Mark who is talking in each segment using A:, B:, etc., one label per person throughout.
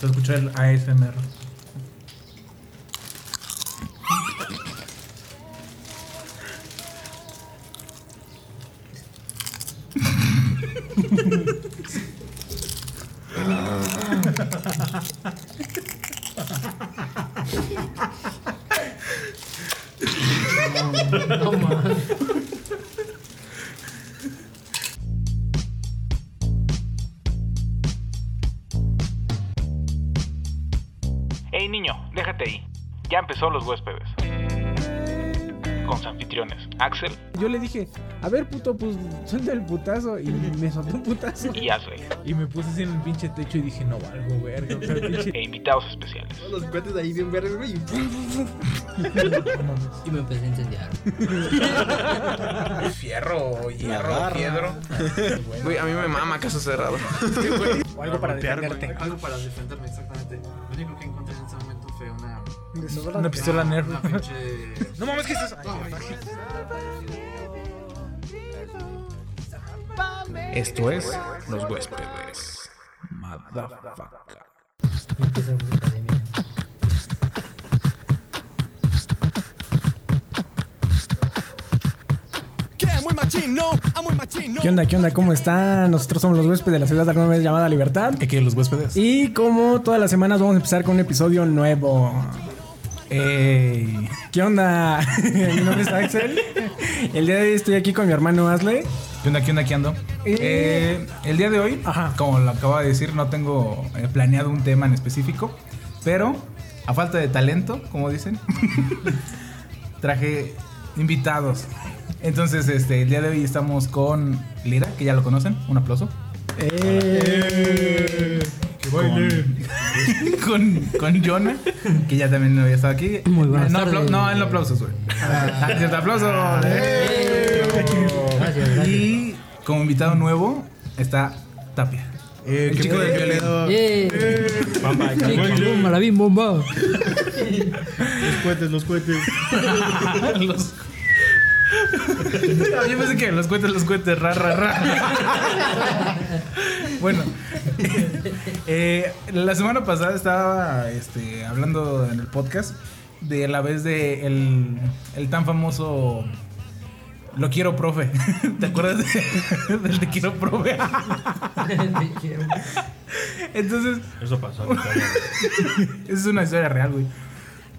A: Se escuchó el ASMR.
B: Hey niño, déjate ahí. Ya empezó los huéspedes. Con sus anfitriones, Axel
C: Yo le dije, a ver, puto, pues suelta el putazo. Y me soltó un putazo.
B: y Ashley,
C: Y me puse así en el pinche techo y dije, no valgo, verga. o sea, pinche-
B: e invitados especiales.
D: Todos los cuates ahí bien verdes, güey. y pum, pum, pum.
C: No mames.
E: Y me empecé a incendiar.
F: Fierro, hierro,
D: barra.
F: piedro.
G: Güey, a mí me mama caso cerrado.
A: O algo para
F: Golpear,
A: defenderte.
H: Algo para defenderme, exactamente. Lo único que encontré en ese momento fue una.
A: Una pistola
H: una-
A: nerf.
H: Una pinche.
F: No mames, ¿qué es eso?
G: Esto es Los Huéspedes.
C: ¿Qué onda? ¿Qué onda? ¿Cómo están? Nosotros somos los huéspedes de la ciudad alguna vez llamada Libertad.
A: Aquí los huéspedes.
C: Y como todas las semanas vamos a empezar con un episodio nuevo. Eh,
A: Ey.
C: ¿Qué onda? mi nombre es Axel. El día de hoy estoy aquí con mi hermano Asle.
A: ¿Qué onda? ¿Qué onda? ¿Qué ando? Eh, el día de hoy,
C: Ajá.
A: como lo acabo de decir, no tengo eh, planeado un tema en específico, pero a falta de talento, como dicen, traje invitados. Entonces, este, el día de hoy estamos con Lira, que ya lo conocen, un aplauso.
C: ¡Eh!
A: Con, con, con Jonah, que ya también había estado aquí.
E: Muy buenas
A: no,
E: tardes.
A: no, en aplausos, güey. Ah, cierto, aplausos.
E: ¡Eh! Gracias, gracias.
A: Y como invitado nuevo está Tapia.
F: Eh,
A: El chico del violín.
E: ¡Eh! ¡Bomba, la bim bomba!
D: Los cohetes, los cohetes.
A: Los- No, yo pensé que los cohetes, los cohetes, ra, ra, ra. bueno, eh, la semana pasada estaba este, hablando en el podcast de la vez de el, el tan famoso Lo quiero, profe. ¿Te acuerdas de- del Te quiero, profe? Entonces,
F: Eso pasó.
A: es una historia real, güey.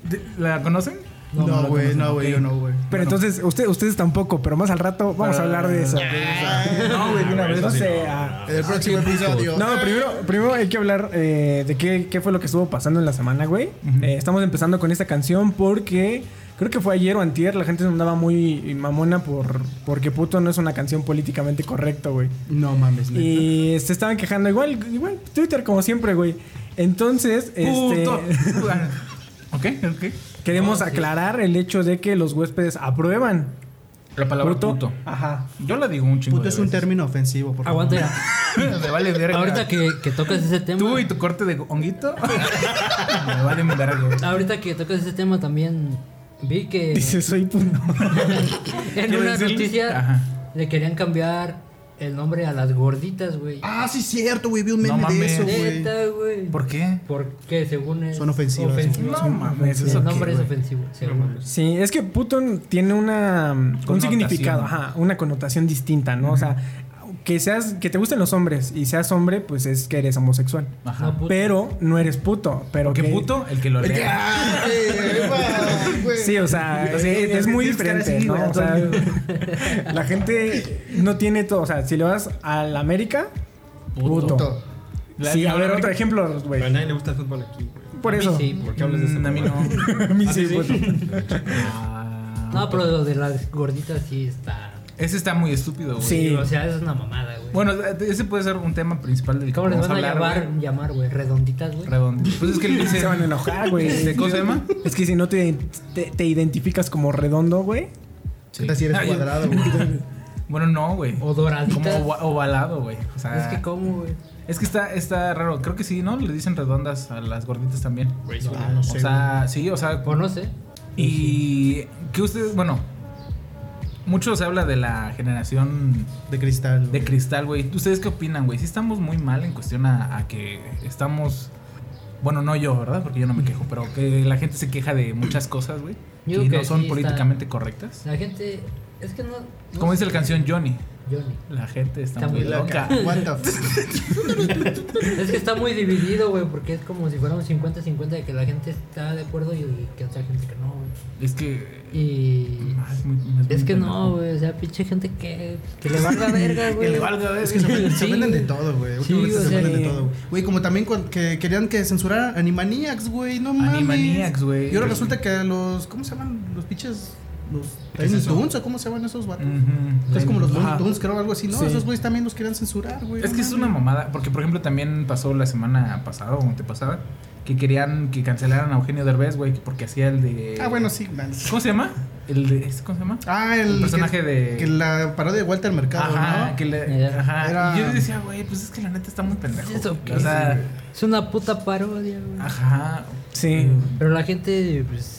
A: ¿De- ¿La conocen?
D: No, güey, no, güey,
A: Ok.
D: yo no, güey.
C: Pero entonces, usted, ustedes tampoco, pero más al rato vamos a hablar de eso.
D: Ah.
A: No, güey, de una vez.
C: No sé, ah,
D: En el próximo episodio.
C: No, primero, primero hay que hablar eh, de qué, qué fue lo que estuvo pasando en la semana, güey.
A: Ujú.
C: Eh, estamos empezando con esta canción porque creo que fue ayer o antier. La gente se andaba muy mamona por porque puto no es una canción políticamente correcta, güey.
D: No mames, neta.
C: Y se estaban quejando igual, igual Twitter como siempre, güey. Entonces,
A: Puto.
C: este,
A: ok, ok.
C: queremos aclarar el hecho de que los huéspedes aprueban.
A: La palabra puto.
C: Ajá.
A: Yo la digo un chingo.
D: Puto es un término ofensivo, por favor.
E: Aguanta,
A: término. Me vale verga.
E: ahorita que, que tocas ese tema.
A: Tú y tu corte de honguito. Me vale verga.
E: Ahorita que tocas ese tema también. Vi que
C: Dice, soy puto.
E: en
A: ¿Quieres
E: una
A: decir?
E: noticia
A: Ajá.
E: le querían cambiar el nombre a las gorditas, güey.
D: Ah, sí, cierto, güey. Vi un meme
A: No
D: de
A: mames.
D: eso, güey.
E: Neta, güey.
A: ¿Por qué?
E: Porque según es
D: Son ofensivas.
E: ofensivo.
A: No mames, eso
E: el
A: qué,
E: nombre es
A: güey.
E: ofensivo, según.
C: Sí, es que puto tiene una mm, un
A: Connotación.
C: significado, ajá, una connotación distinta, ¿no? O sea, que seas que te gusten los hombres y seas hombre, pues es que eres homosexual.
A: Ajá.
E: No, puto.
C: Pero no eres puto, pero
A: Porque
C: que-
A: puto, el que lo
D: El que-
A: lea.
D: ah, güey, güey.
C: Sí, o sea, es, es muy
D: Tienes que
C: diferente,
D: decir,
C: ¿no?
D: güey,
C: O sea, la gente no tiene todo, o sea, si le vas al América, puto.
D: Puto.
A: La-
C: Sí,
A: la-
C: a ver,
A: la-
C: otro ejemplo, güey.
H: nadie le gusta el fútbol aquí.
C: Por
E: A mí
C: eso.
E: sí, por-
H: qué hablas de ese
A: Mm, A mí no.
C: A mí sí, pues. puto.
A: Ah,
E: No, pero lo de las gorditas sí está.
A: Ese está muy estúpido, güey.
C: Sí.
E: O sea, eso es una mamada, güey.
A: Bueno, ese puede ser un tema principal del que
E: ¿Cómo les
A: vamos
E: van a
A: a hablar.
E: llamar, llamar, güey? ¿Redonditas, güey?
A: güey. Redondo. Pues es que le dice.
C: Se van a enojar, güey.
A: Este, ¿Cómo se llama?
C: Es que si no te, te, te identificas como redondo, güey.
D: Neta, si eres
A: Ah, yo-
D: cuadrado, güey.
A: Bueno, no, güey.
E: O
A: Como
E: doraditas.
A: ova- ovalado, güey. O sea,
E: Es que, ¿cómo, güey?
A: Es que está, está raro, creo que sí, ¿no? Le dicen redondas a las gorditas también.
D: Ah, no sé,
A: o sea, sí, o sea.
E: O no sé.
A: Y que ustedes, bueno, mucho se habla de la generación
D: güey. De cristal.
A: de
D: güey.
A: cristal, güey. ¿Ustedes qué opinan, güey? Si estamos muy mal en cuestión a, a que estamos Bueno, no yo, ¿verdad? Porque yo no me quejo, pero que la gente se queja de muchas cosas, güey.
F: Yo
A: Que
F: creo
A: no
F: que
A: son
F: sí
A: políticamente correctas.
F: La gente. Es que no. no
A: Como dice
F: sé.
A: la canción Johnny,
F: Johnny.
A: la gente está,
F: Está
A: muy
F: muy
A: loca.
F: loca.
D: What the fuck.
F: Es que está muy dividido, güey, porque es como si fuera un 50-50 de que la gente está de acuerdo y, y que otra gente que no, güey.
A: Es que.
F: Y.
A: Ah, es muy- muy
F: Es que no,
A: pendejo.
F: güey, o sea, pinche gente que, que le valga verga, güey.
A: Que le valga verga.
D: Es que se ofenden, se
F: Sí,
D: ofenden de
F: güey.
D: todo, güey.
F: Sí,
D: Últimamente
F: o
D: se
F: sea,
D: ofenden de
F: que-
D: todo. güey. Güey, como también cuan- que querían que censurara Animaniacs, güey. No mames.
A: Animaniacs, güey.
D: Y ahora resulta que los. ¿Cómo se llaman? Los pinches. Los
A: ¿Qué es
D: Tiny
A: eso?
D: Toons, o cómo se llaman esos vatos.
A: Ujú.
D: Es como los
A: Ajá.
D: Looney Tunes, creo, algo así. No,
C: Sí.
D: esos güeyes también los querían censurar, güey.
A: Es
D: no
A: que es
D: mames.
A: una mamada, porque por ejemplo también pasó la semana pasada o antepasada que querían que cancelaran a Eugenio Derbez, güey, porque hacía el de
D: Ah, bueno, sí, man.
A: ¿Cómo se llama? El de ¿cómo se llama?
D: Ah, el.
A: el, personaje
D: que,
A: de
D: que la parodia de Walter Mercado,
A: Ajá,
D: ¿no?
A: que le
F: Era-
A: ajá.
D: era-
A: Y yo decía, güey, pues es que la neta está muy pendejo.
F: ¿Eso
A: güey.
F: qué
A: o sea,
F: es, Es una puta parodia, güey.
A: ajá.
C: Sí.
F: Pero la gente, pues.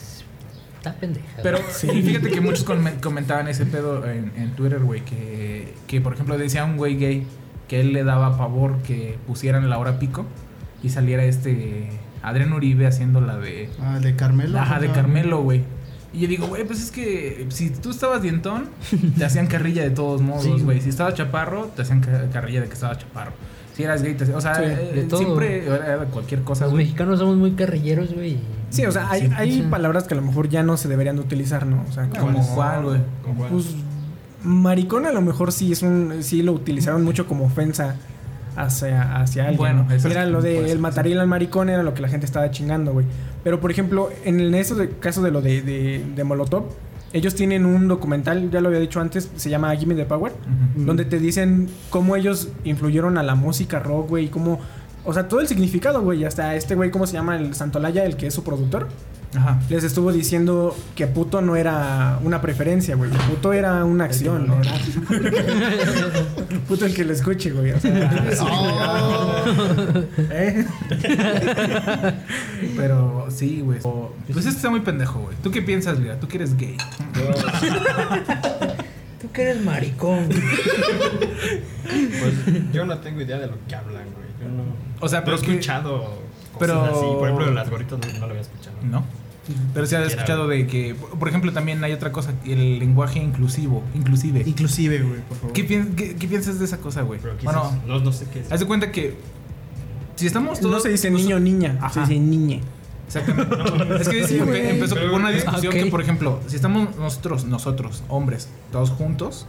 F: Está pendeja. güey.
A: Pero y fíjate que muchos comen- comentaban ese pedo en, en Twitter, güey, que, que por ejemplo decía un güey gay que él le daba pavor que pusieran la hora pico y saliera este Adrián Uribe haciendo la de
D: Ah, el de Carmelo.
A: Ajá, de
D: ¿no?
A: Carmelo, güey. Y yo digo, güey, pues es que si tú estabas dientón, te hacían carrilla de todos modos,
F: Sí.
A: güey. Si estabas chaparro, te hacían ca- carrilla de que estabas chaparro. Si eras gay, te hacían... O sea,
C: Sí,
F: de
A: eh,
F: todo.
A: siempre era cualquier cosa,
F: Los
A: güey.
F: mexicanos somos muy carrilleros, güey. y-
C: Sí, o sea, hay, hay
F: Sí.
C: palabras que a lo mejor ya no se deberían de utilizar, ¿no? O sea, como.
A: Como cuál, güey.
C: Pues. Maricón a lo mejor sí es un. sí lo utilizaron mucho como ofensa hacia, hacia alguien.
A: Bueno,
C: ¿no?
A: eso
C: Era
A: es-
C: lo
A: puede
C: de
A: ser,
C: el mataril al maricón, era lo que la gente estaba chingando, güey. Pero por ejemplo, en el eso de, caso de lo de, de, de Molotov, ellos tienen un documental, ya lo había dicho antes, se llama Gimme the Power.
A: Ujú.
C: donde te dicen cómo ellos influyeron a la música rock, güey, y cómo... O sea, todo el significado, güey, hasta este güey, ¿cómo se llama? El Santolaya, el que es su productor,
A: Ajá.
C: les estuvo diciendo que puto no era una preferencia, güey, que puto era una acción, ¿no? puto el que lo escuche, güey, o sea,
A: ¿Eh? Pero sí, güey. O- Pues este está muy pendejo, güey. ¿Tú qué piensas, Lira? ¿Tú que eres gay?
F: Tú que eres maricón, güey.
I: Pues yo no tengo idea de lo que hablan, güey. Yo no.
A: O sea,
I: no he
A: pero es que-
I: escuchado cosas
A: pero-
I: así. Por ejemplo, las gorritas no, no lo había escuchado.
A: ¿No? Pero se ha
I: Siquiera,
A: escuchado de que, por ejemplo, también hay otra cosa, el lenguaje inclusivo, inclusive.
D: Inclusive, güey, por favor.
A: ¿Qué, piens- qué- qué piensas de esa cosa, güey?
I: Pero quizás,
A: Bueno,
I: no, no sé qué es.
A: haz de cuenta que si estamos todos...
C: no se dice niño o niña,
A: Ajá.
C: se dice niñe.
A: Exactamente. es que
C: Sí,
A: empe-
C: güey. Ah,
A: empezó con una discusión
F: Ok.
A: que, por ejemplo, si estamos nosotros, nosotros, hombres, todos juntos,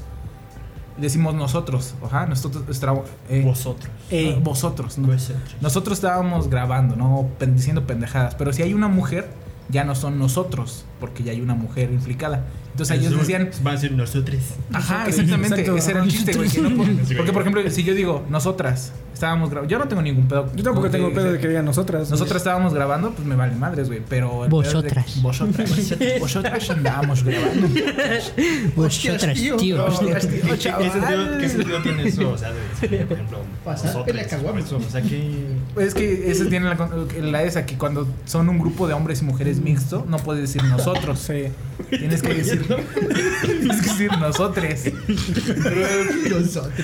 A: decimos nosotros, ajá, nosotros, nuestra- eh,
I: Vosotros.
A: eh,
C: Ah.
A: vosotros, ¿no?
I: Vosotros.
A: Nosotros estábamos grabando, ¿no? Pen- diciendo pendejadas. Pero si hay una mujer, ya no son nosotros, porque ya hay una mujer implicada. Entonces ellos decían.
I: Van a ser nosotros.
A: Ajá, exactamente.
C: Exacto.
A: Ese era el chiste, güey. que no po- porque, por ejemplo, si yo digo nosotras estábamos grabando. Yo no tengo ningún pedo.
C: Yo tampoco
A: con
C: tengo pedo de que digan nosotras. güey.
A: Nosotras estábamos grabando, pues me vale madres, güey. Pero. el pedo es de-
F: Vosotras.
A: Vosotras. Vosotras andábamos grabando.
F: Vosotras,
D: tío.
F: tío.
A: Hostias, tío,
I: ¿Qué, qué sentido, ¿Qué sentido tiene eso? O sea, de decirle, por ejemplo,
D: Pasar
I: vosotros,
D: la caguama.
I: eso, O sea, que.
A: Es que ese tiene la, con- la esa, que cuando son un grupo de hombres y mujeres mixto, no puedes decir nosotros.
C: Sí.
A: Tienes que decir. tienes que decir nosotres.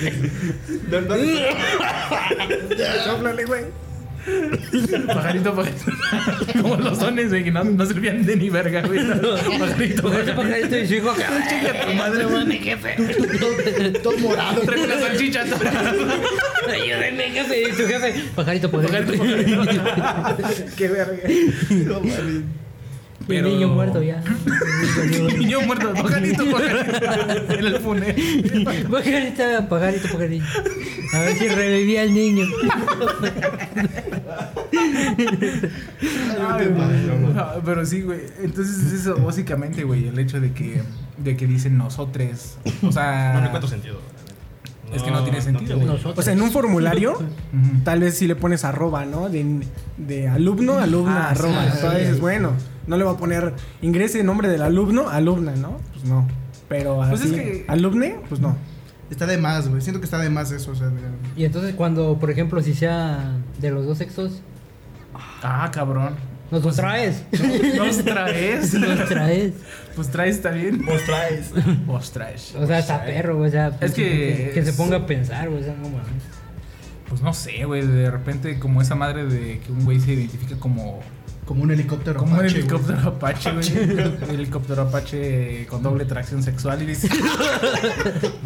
D: Nosotros.
A: Pajarito, pajarito. Como los dones, güey, que no, no servían de ni verga, güey. Pajarito,
F: Ese pajarito y su hijo acá.
A: Chinga tu madre, güey.
D: Todo morado.
A: Tráeme la salchicha.
F: Ayúdenme, jefe. Y tu jefe. Pajarito, pajarito.
A: Pajarito,
C: Qué verga.
D: No mames.
F: Mi
A: Pero-
F: niño muerto ya.
A: Niño muerto, pajarito, pajarito. En el funeral.
F: Pajarita, pajarito, pajarito. A ver si revivía al niño.
A: Ay, güey. Ah, Pero sí, güey. Entonces, eso básicamente, güey, el hecho de que, de que dicen nosotres. O sea.
I: No le encuentro sentido.
A: Es que no tiene sentido, güey.
F: Nosotros.
C: O sea, en un formulario,
A: Ujú.
C: tal vez si le pones arroba, ¿no? De, de alumno, alumna,
A: Ah, sí,
C: arroba.
A: sí,
C: Entonces dices, bueno, no le voy a poner ingrese nombre del alumno, alumna, ¿no? Pues no. Pero
A: Pues
C: así,
A: es que-
C: alumne, pues no.
D: Está de más, güey. Siento que está de más eso. O sea, de-
F: Y entonces cuando, por ejemplo, si sea de los dos sexos,
A: Ah, cabrón.
F: nos los traes.
A: Nos traes.
F: Nos traes.
A: Pues traes también.
I: Vos traes.
A: Vos traes.
F: O sea, está perro, o sea,
A: Es que-
F: que se ponga a pensar, o sea, no mames.
A: Pues no sé, güey. De repente, como esa madre de que un güey se identifica como.
D: Como un helicóptero.
A: Como un
D: Apache, güey.
A: helicóptero Apache, güey. Un helicóptero Apache con doble tracción sexual. Y dice.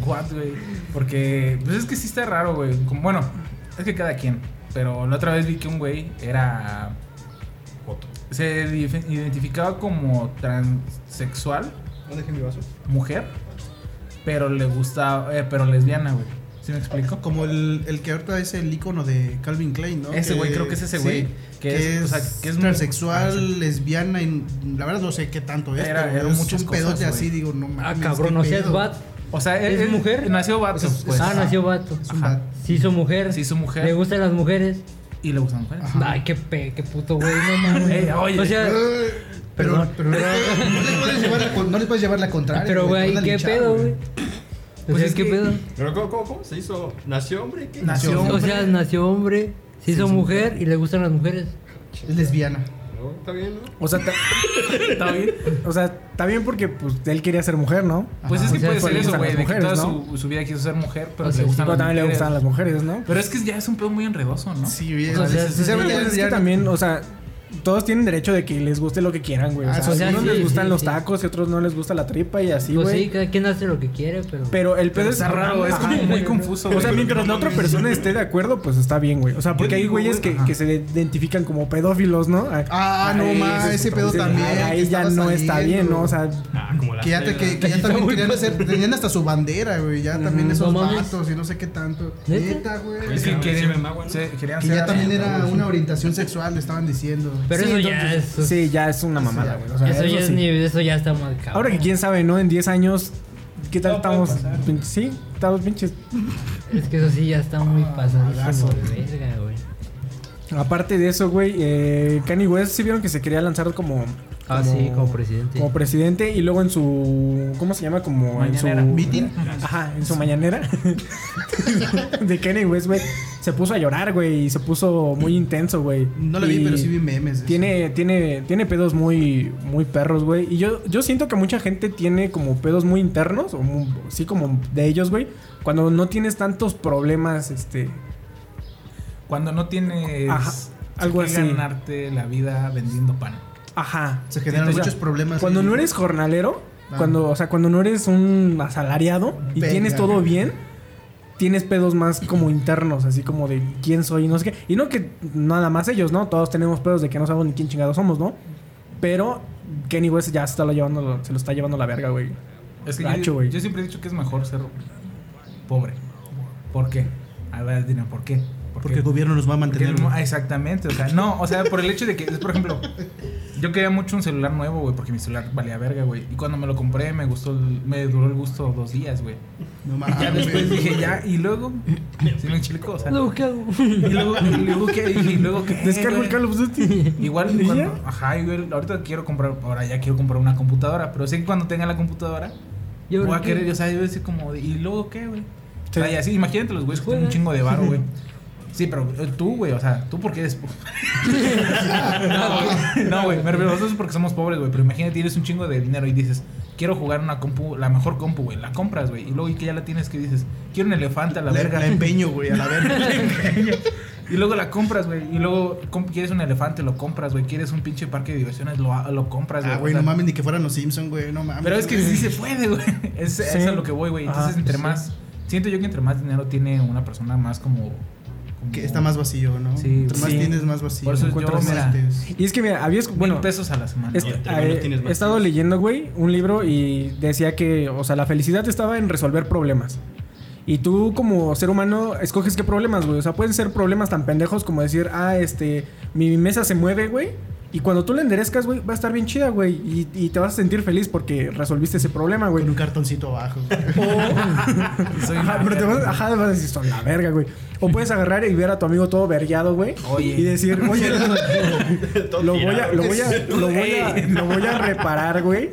A: What, güey. Porque. Pues es que sí está raro, güey. Como- Bueno, es que cada quien. Pero la otra vez vi que un güey era.
I: Joto.
A: Se dif- identificaba como transexual,
D: No dejen mi vaso.
A: mujer. Pero le gustaba. eh, pero lesbiana, güey. ¿Sí me explico?
D: Como el, el que ahorita es el icono de Calvin Klein, ¿no?
A: Ese güey, creo que es ese güey, que
D: que,
A: es-
D: es,
A: o sea, que es muy-
D: transexual,
A: ah, sí.
D: lesbiana. Y la verdad no sé qué tanto es.
A: Era-
D: pero
A: era
D: es
A: muchas
D: un
A: cosas,
D: pedote
A: güey.
D: así, digo, no mames.
F: Ah, cabrón,
D: qué
F: o sea, es
D: pedo.
F: bat.
A: O sea,
F: ¿Es
A: él- él
F: mujer?
A: Nació vato,
D: Es- es-
A: pues.
F: ah, nació vato.
D: Es un
A: Ajá.
D: vato.
F: Se hizo mujer.
A: Se hizo mujer.
F: Le gustan las mujeres.
A: Y le gustan mujeres.
F: Ay, qué, pe, qué puto güey, no mames.
A: Ey, oye.
F: O sea,
D: Eh, Pero,
F: Perdón.
D: pero no, le puedes llevar la, con- no le puedes llevar la contraria.
F: pero
D: te
F: güey,
D: van a
F: qué
D: linchar,
F: pedo, güey. O
A: Pues
F: sea,
A: es
F: qué
A: que-
F: pedo.
I: Pero ¿cómo, cómo, cómo se hizo? ¿Nació hombre? ¿Qué?
A: Nació
F: O
A: hombre.
F: sea, nació hombre, se hizo mujer y le gustan las mujeres.
D: Es lesbiana.
I: No, Oh, está bien, ¿no?
C: O sea, ta-
A: ¿Está bien?
C: o sea, está bien porque pues, él quería ser mujer, ¿no?
A: Pues es que
C: O sea,
A: puede
C: pues,
A: ser
C: le
A: eso,
C: gustan
A: güey.
C: las
A: De que toda
C: mujeres,
A: su, su vida quiso ser mujer, pero
F: O sea,
A: le gustan las
C: Pero también le
A: mujeres.
C: gustan las mujeres, ¿no?
A: Pero es que ya es un pedo muy enredoso, ¿no?
D: Sí, bien.
F: O sea,
D: veces-
F: es-
D: sinceramente,
C: Pues es
D: ya-
C: que también, o sea, todos tienen derecho de que les guste lo que quieran, güey. O
D: Ah,
C: sea,
D: eso sí,
C: algunos
D: sí,
C: les gustan
F: sí,
C: los
F: sí.
C: tacos y otros no les gusta la tripa y así,
F: Pues
C: güey.
F: sí, cada quien hace lo que quiere, pero.
C: Pero el pedo
A: Pero
C: es
A: está raro, es
C: Ajá.
A: como muy confuso,
C: O sea,
A: güey.
C: mientras la otra persona esté de acuerdo, pues está bien, güey. O sea, porque hay
A: digo,
C: güeyes
A: güey,
C: que,
A: ajá.
C: que se identifican como pedófilos, ¿no?
D: Ah, no, ma,
C: mames,
D: ese pedo también, que
C: "Ah, Ahí ya
D: estaba
C: no está
D: saliendo.
C: bien, ¿no? O sea,
I: Ah, como la
D: Que ya, te- que, que ya también querían hacer, tenían hasta su bandera, güey. Ya también
F: no
D: esos
F: mames.
D: vatos y no sé qué tanto.
F: ¿Neta?
D: Neta, güey.
A: Es que
I: Sí,
A: quieren-
I: sí, me mago, ¿no?
A: se- querían
D: Que
A: ser
D: ya también era
A: así.
D: una orientación sexual, le estaban diciendo.
F: Pero
C: sí,
F: eso ya
C: entonces,
F: es.
C: Sí, ya es una mamada, güey. O sea,
F: eso,
C: eso
F: ya es
C: sí.
F: ni- eso ya está mal cabrón.
C: Ahora que quién sabe, ¿no? En 10 años, ¿qué tal
A: Todo puede
C: estamos? Pin- Sí, estamos pinches.
F: Es que eso sí ya está muy pasadizo
D: bagazo,
F: de verga, güey.
C: Aparte de eso, güey, eh, Kanye West sí vieron que se quería lanzar como.
F: Ah, sí, como presidente.
C: Como presidente y luego en su. ¿Cómo se llama? Como
A: Mañanera.
C: en su.
D: Meeting.
C: Ajá, en su mañanera. de Kanye West, güey. Se puso a llorar, güey, y se puso muy intenso, güey.
D: No lo vi,
C: Y
D: pero sí vi memes. de eso.
C: Tiene, tiene, tiene pedos muy, muy perros, güey. Y yo, yo siento que mucha gente tiene como pedos muy internos, o mu- sí, como de ellos, güey. Cuando no tienes tantos problemas, este.
A: Cuando no tienes
C: Ajá, algo
A: que
C: así.
A: ganarte la vida vendiendo pan.
C: Ajá.
D: Se generan
C: Entonces,
D: muchos
C: ya,
D: problemas.
C: Cuando
D: Sí.
C: no eres jornalero,
D: Ah.
C: cuando, o sea, cuando no eres un asalariado y
D: Venga.
C: tienes todo bien, tienes pedos más como internos, así como de quién soy y no sé qué. Y no que nada más ellos, ¿no? Todos tenemos pedos de que no sabemos ni quién chingados somos, ¿no? Pero Kenny West ya se, está lo llevando, se lo está llevando la verga, güey.
A: Es que
C: Gacho,
A: yo,
C: güey.
A: yo siempre he dicho que es mejor ser pobre. ¿Por qué? A ver, dirán, ¿por qué? ¿Por
D: Porque
A: qué?
D: el gobierno nos va
A: Porque
D: a mantener.
A: el mo-
D: güey.
A: ah, exactamente, o sea, no, o sea, por el hecho de que, por ejemplo, yo quería mucho un celular nuevo, güey, porque mi celular valía verga, güey. Y cuando me lo compré, me gustó, el- me duró el gusto dos días, güey. Ya
D: No mames.
A: después
D: güey.
A: dije, ya, y luego, sí me explico, o sea,
F: Luego, ¿qué hago?
A: y luego, y luego, ¿qué? Y luego, ¿qué?
C: Descargo
A: güey?
C: el Call of Duty.
A: Igual,
C: ¿Y
A: cuando-
C: ya?
A: ajá, igual, ahorita quiero comprar, ahora ya quiero comprar una computadora, pero sé que cuando tenga la computadora,
F: ¿Y ahora
A: voy a
F: qué?
A: querer, o sea, yo voy a decir como, de, ¿y luego qué, güey?
C: Sí.
A: O sea, y así, imagínate los güeyes que tienen un
F: Juega.
A: chingo de varo, güey. Sí, pero eh, tú, güey, o sea, tú porque eres. po- no, güey, no, güey, me refiero nosotros porque somos pobres, güey. Pero imagínate, tienes un chingo de dinero y dices, quiero jugar una compu, la mejor compu, güey. La compras, güey. Y luego, y que ya la tienes, que dices, quiero un elefante a la
D: La,
A: verga.
D: la empeño, güey, a la verga.
A: Y luego la compras, güey. Y luego com- quieres un elefante, lo compras, güey. Quieres un pinche parque de diversiones, lo, lo compras,
D: ah,
A: O
D: güey,
A: sea,
D: no mames, ni que fueran los Simpsons, güey, no mames.
A: Pero es que
D: güey.
A: sí se puede, güey. Es,
C: Sí.
A: Eso es a lo que voy, güey. Entonces,
C: Ajá,
A: entre
C: sí.
A: más. Siento yo que entre más dinero tiene una persona, más como. como-
D: Que está más vacío, ¿no?
A: Sí,
D: Entre más
A: sí.
D: tienes, más vacío.
A: Por eso yo,
D: Encuentras
A: mira,
D: antes.
C: Y es que, mira, había. escu-
A: Bueno,
C: Bueno,
A: pesos a la semana.
C: Es-
I: Y entre
C: eh,
I: menos tienes, más
C: he estado
I: tienes.
C: leyendo, güey, un libro y decía que, o sea, la felicidad estaba en resolver problemas. Y tú como ser humano escoges qué problemas, güey. O sea, pueden ser problemas tan pendejos como decir, ah, este, mi mesa se mueve, güey. Y cuando tú la enderezcas, güey, va a estar bien chida, güey. Y, y te vas a sentir feliz porque resolviste ese problema, güey.
D: Con un cartoncito abajo. güey.
A: Soy una
C: Ajá, pero te vas,
A: verga.
C: ajá, vas a decir, "Son la verga, güey. O puedes agarrar y ver a tu amigo todo vergueado, güey.
A: Oye.
C: Y decir, oye,
I: Todo
C: lo voy a,
I: tirado.
C: lo voy a, lo voy a, lo voy a reparar, güey.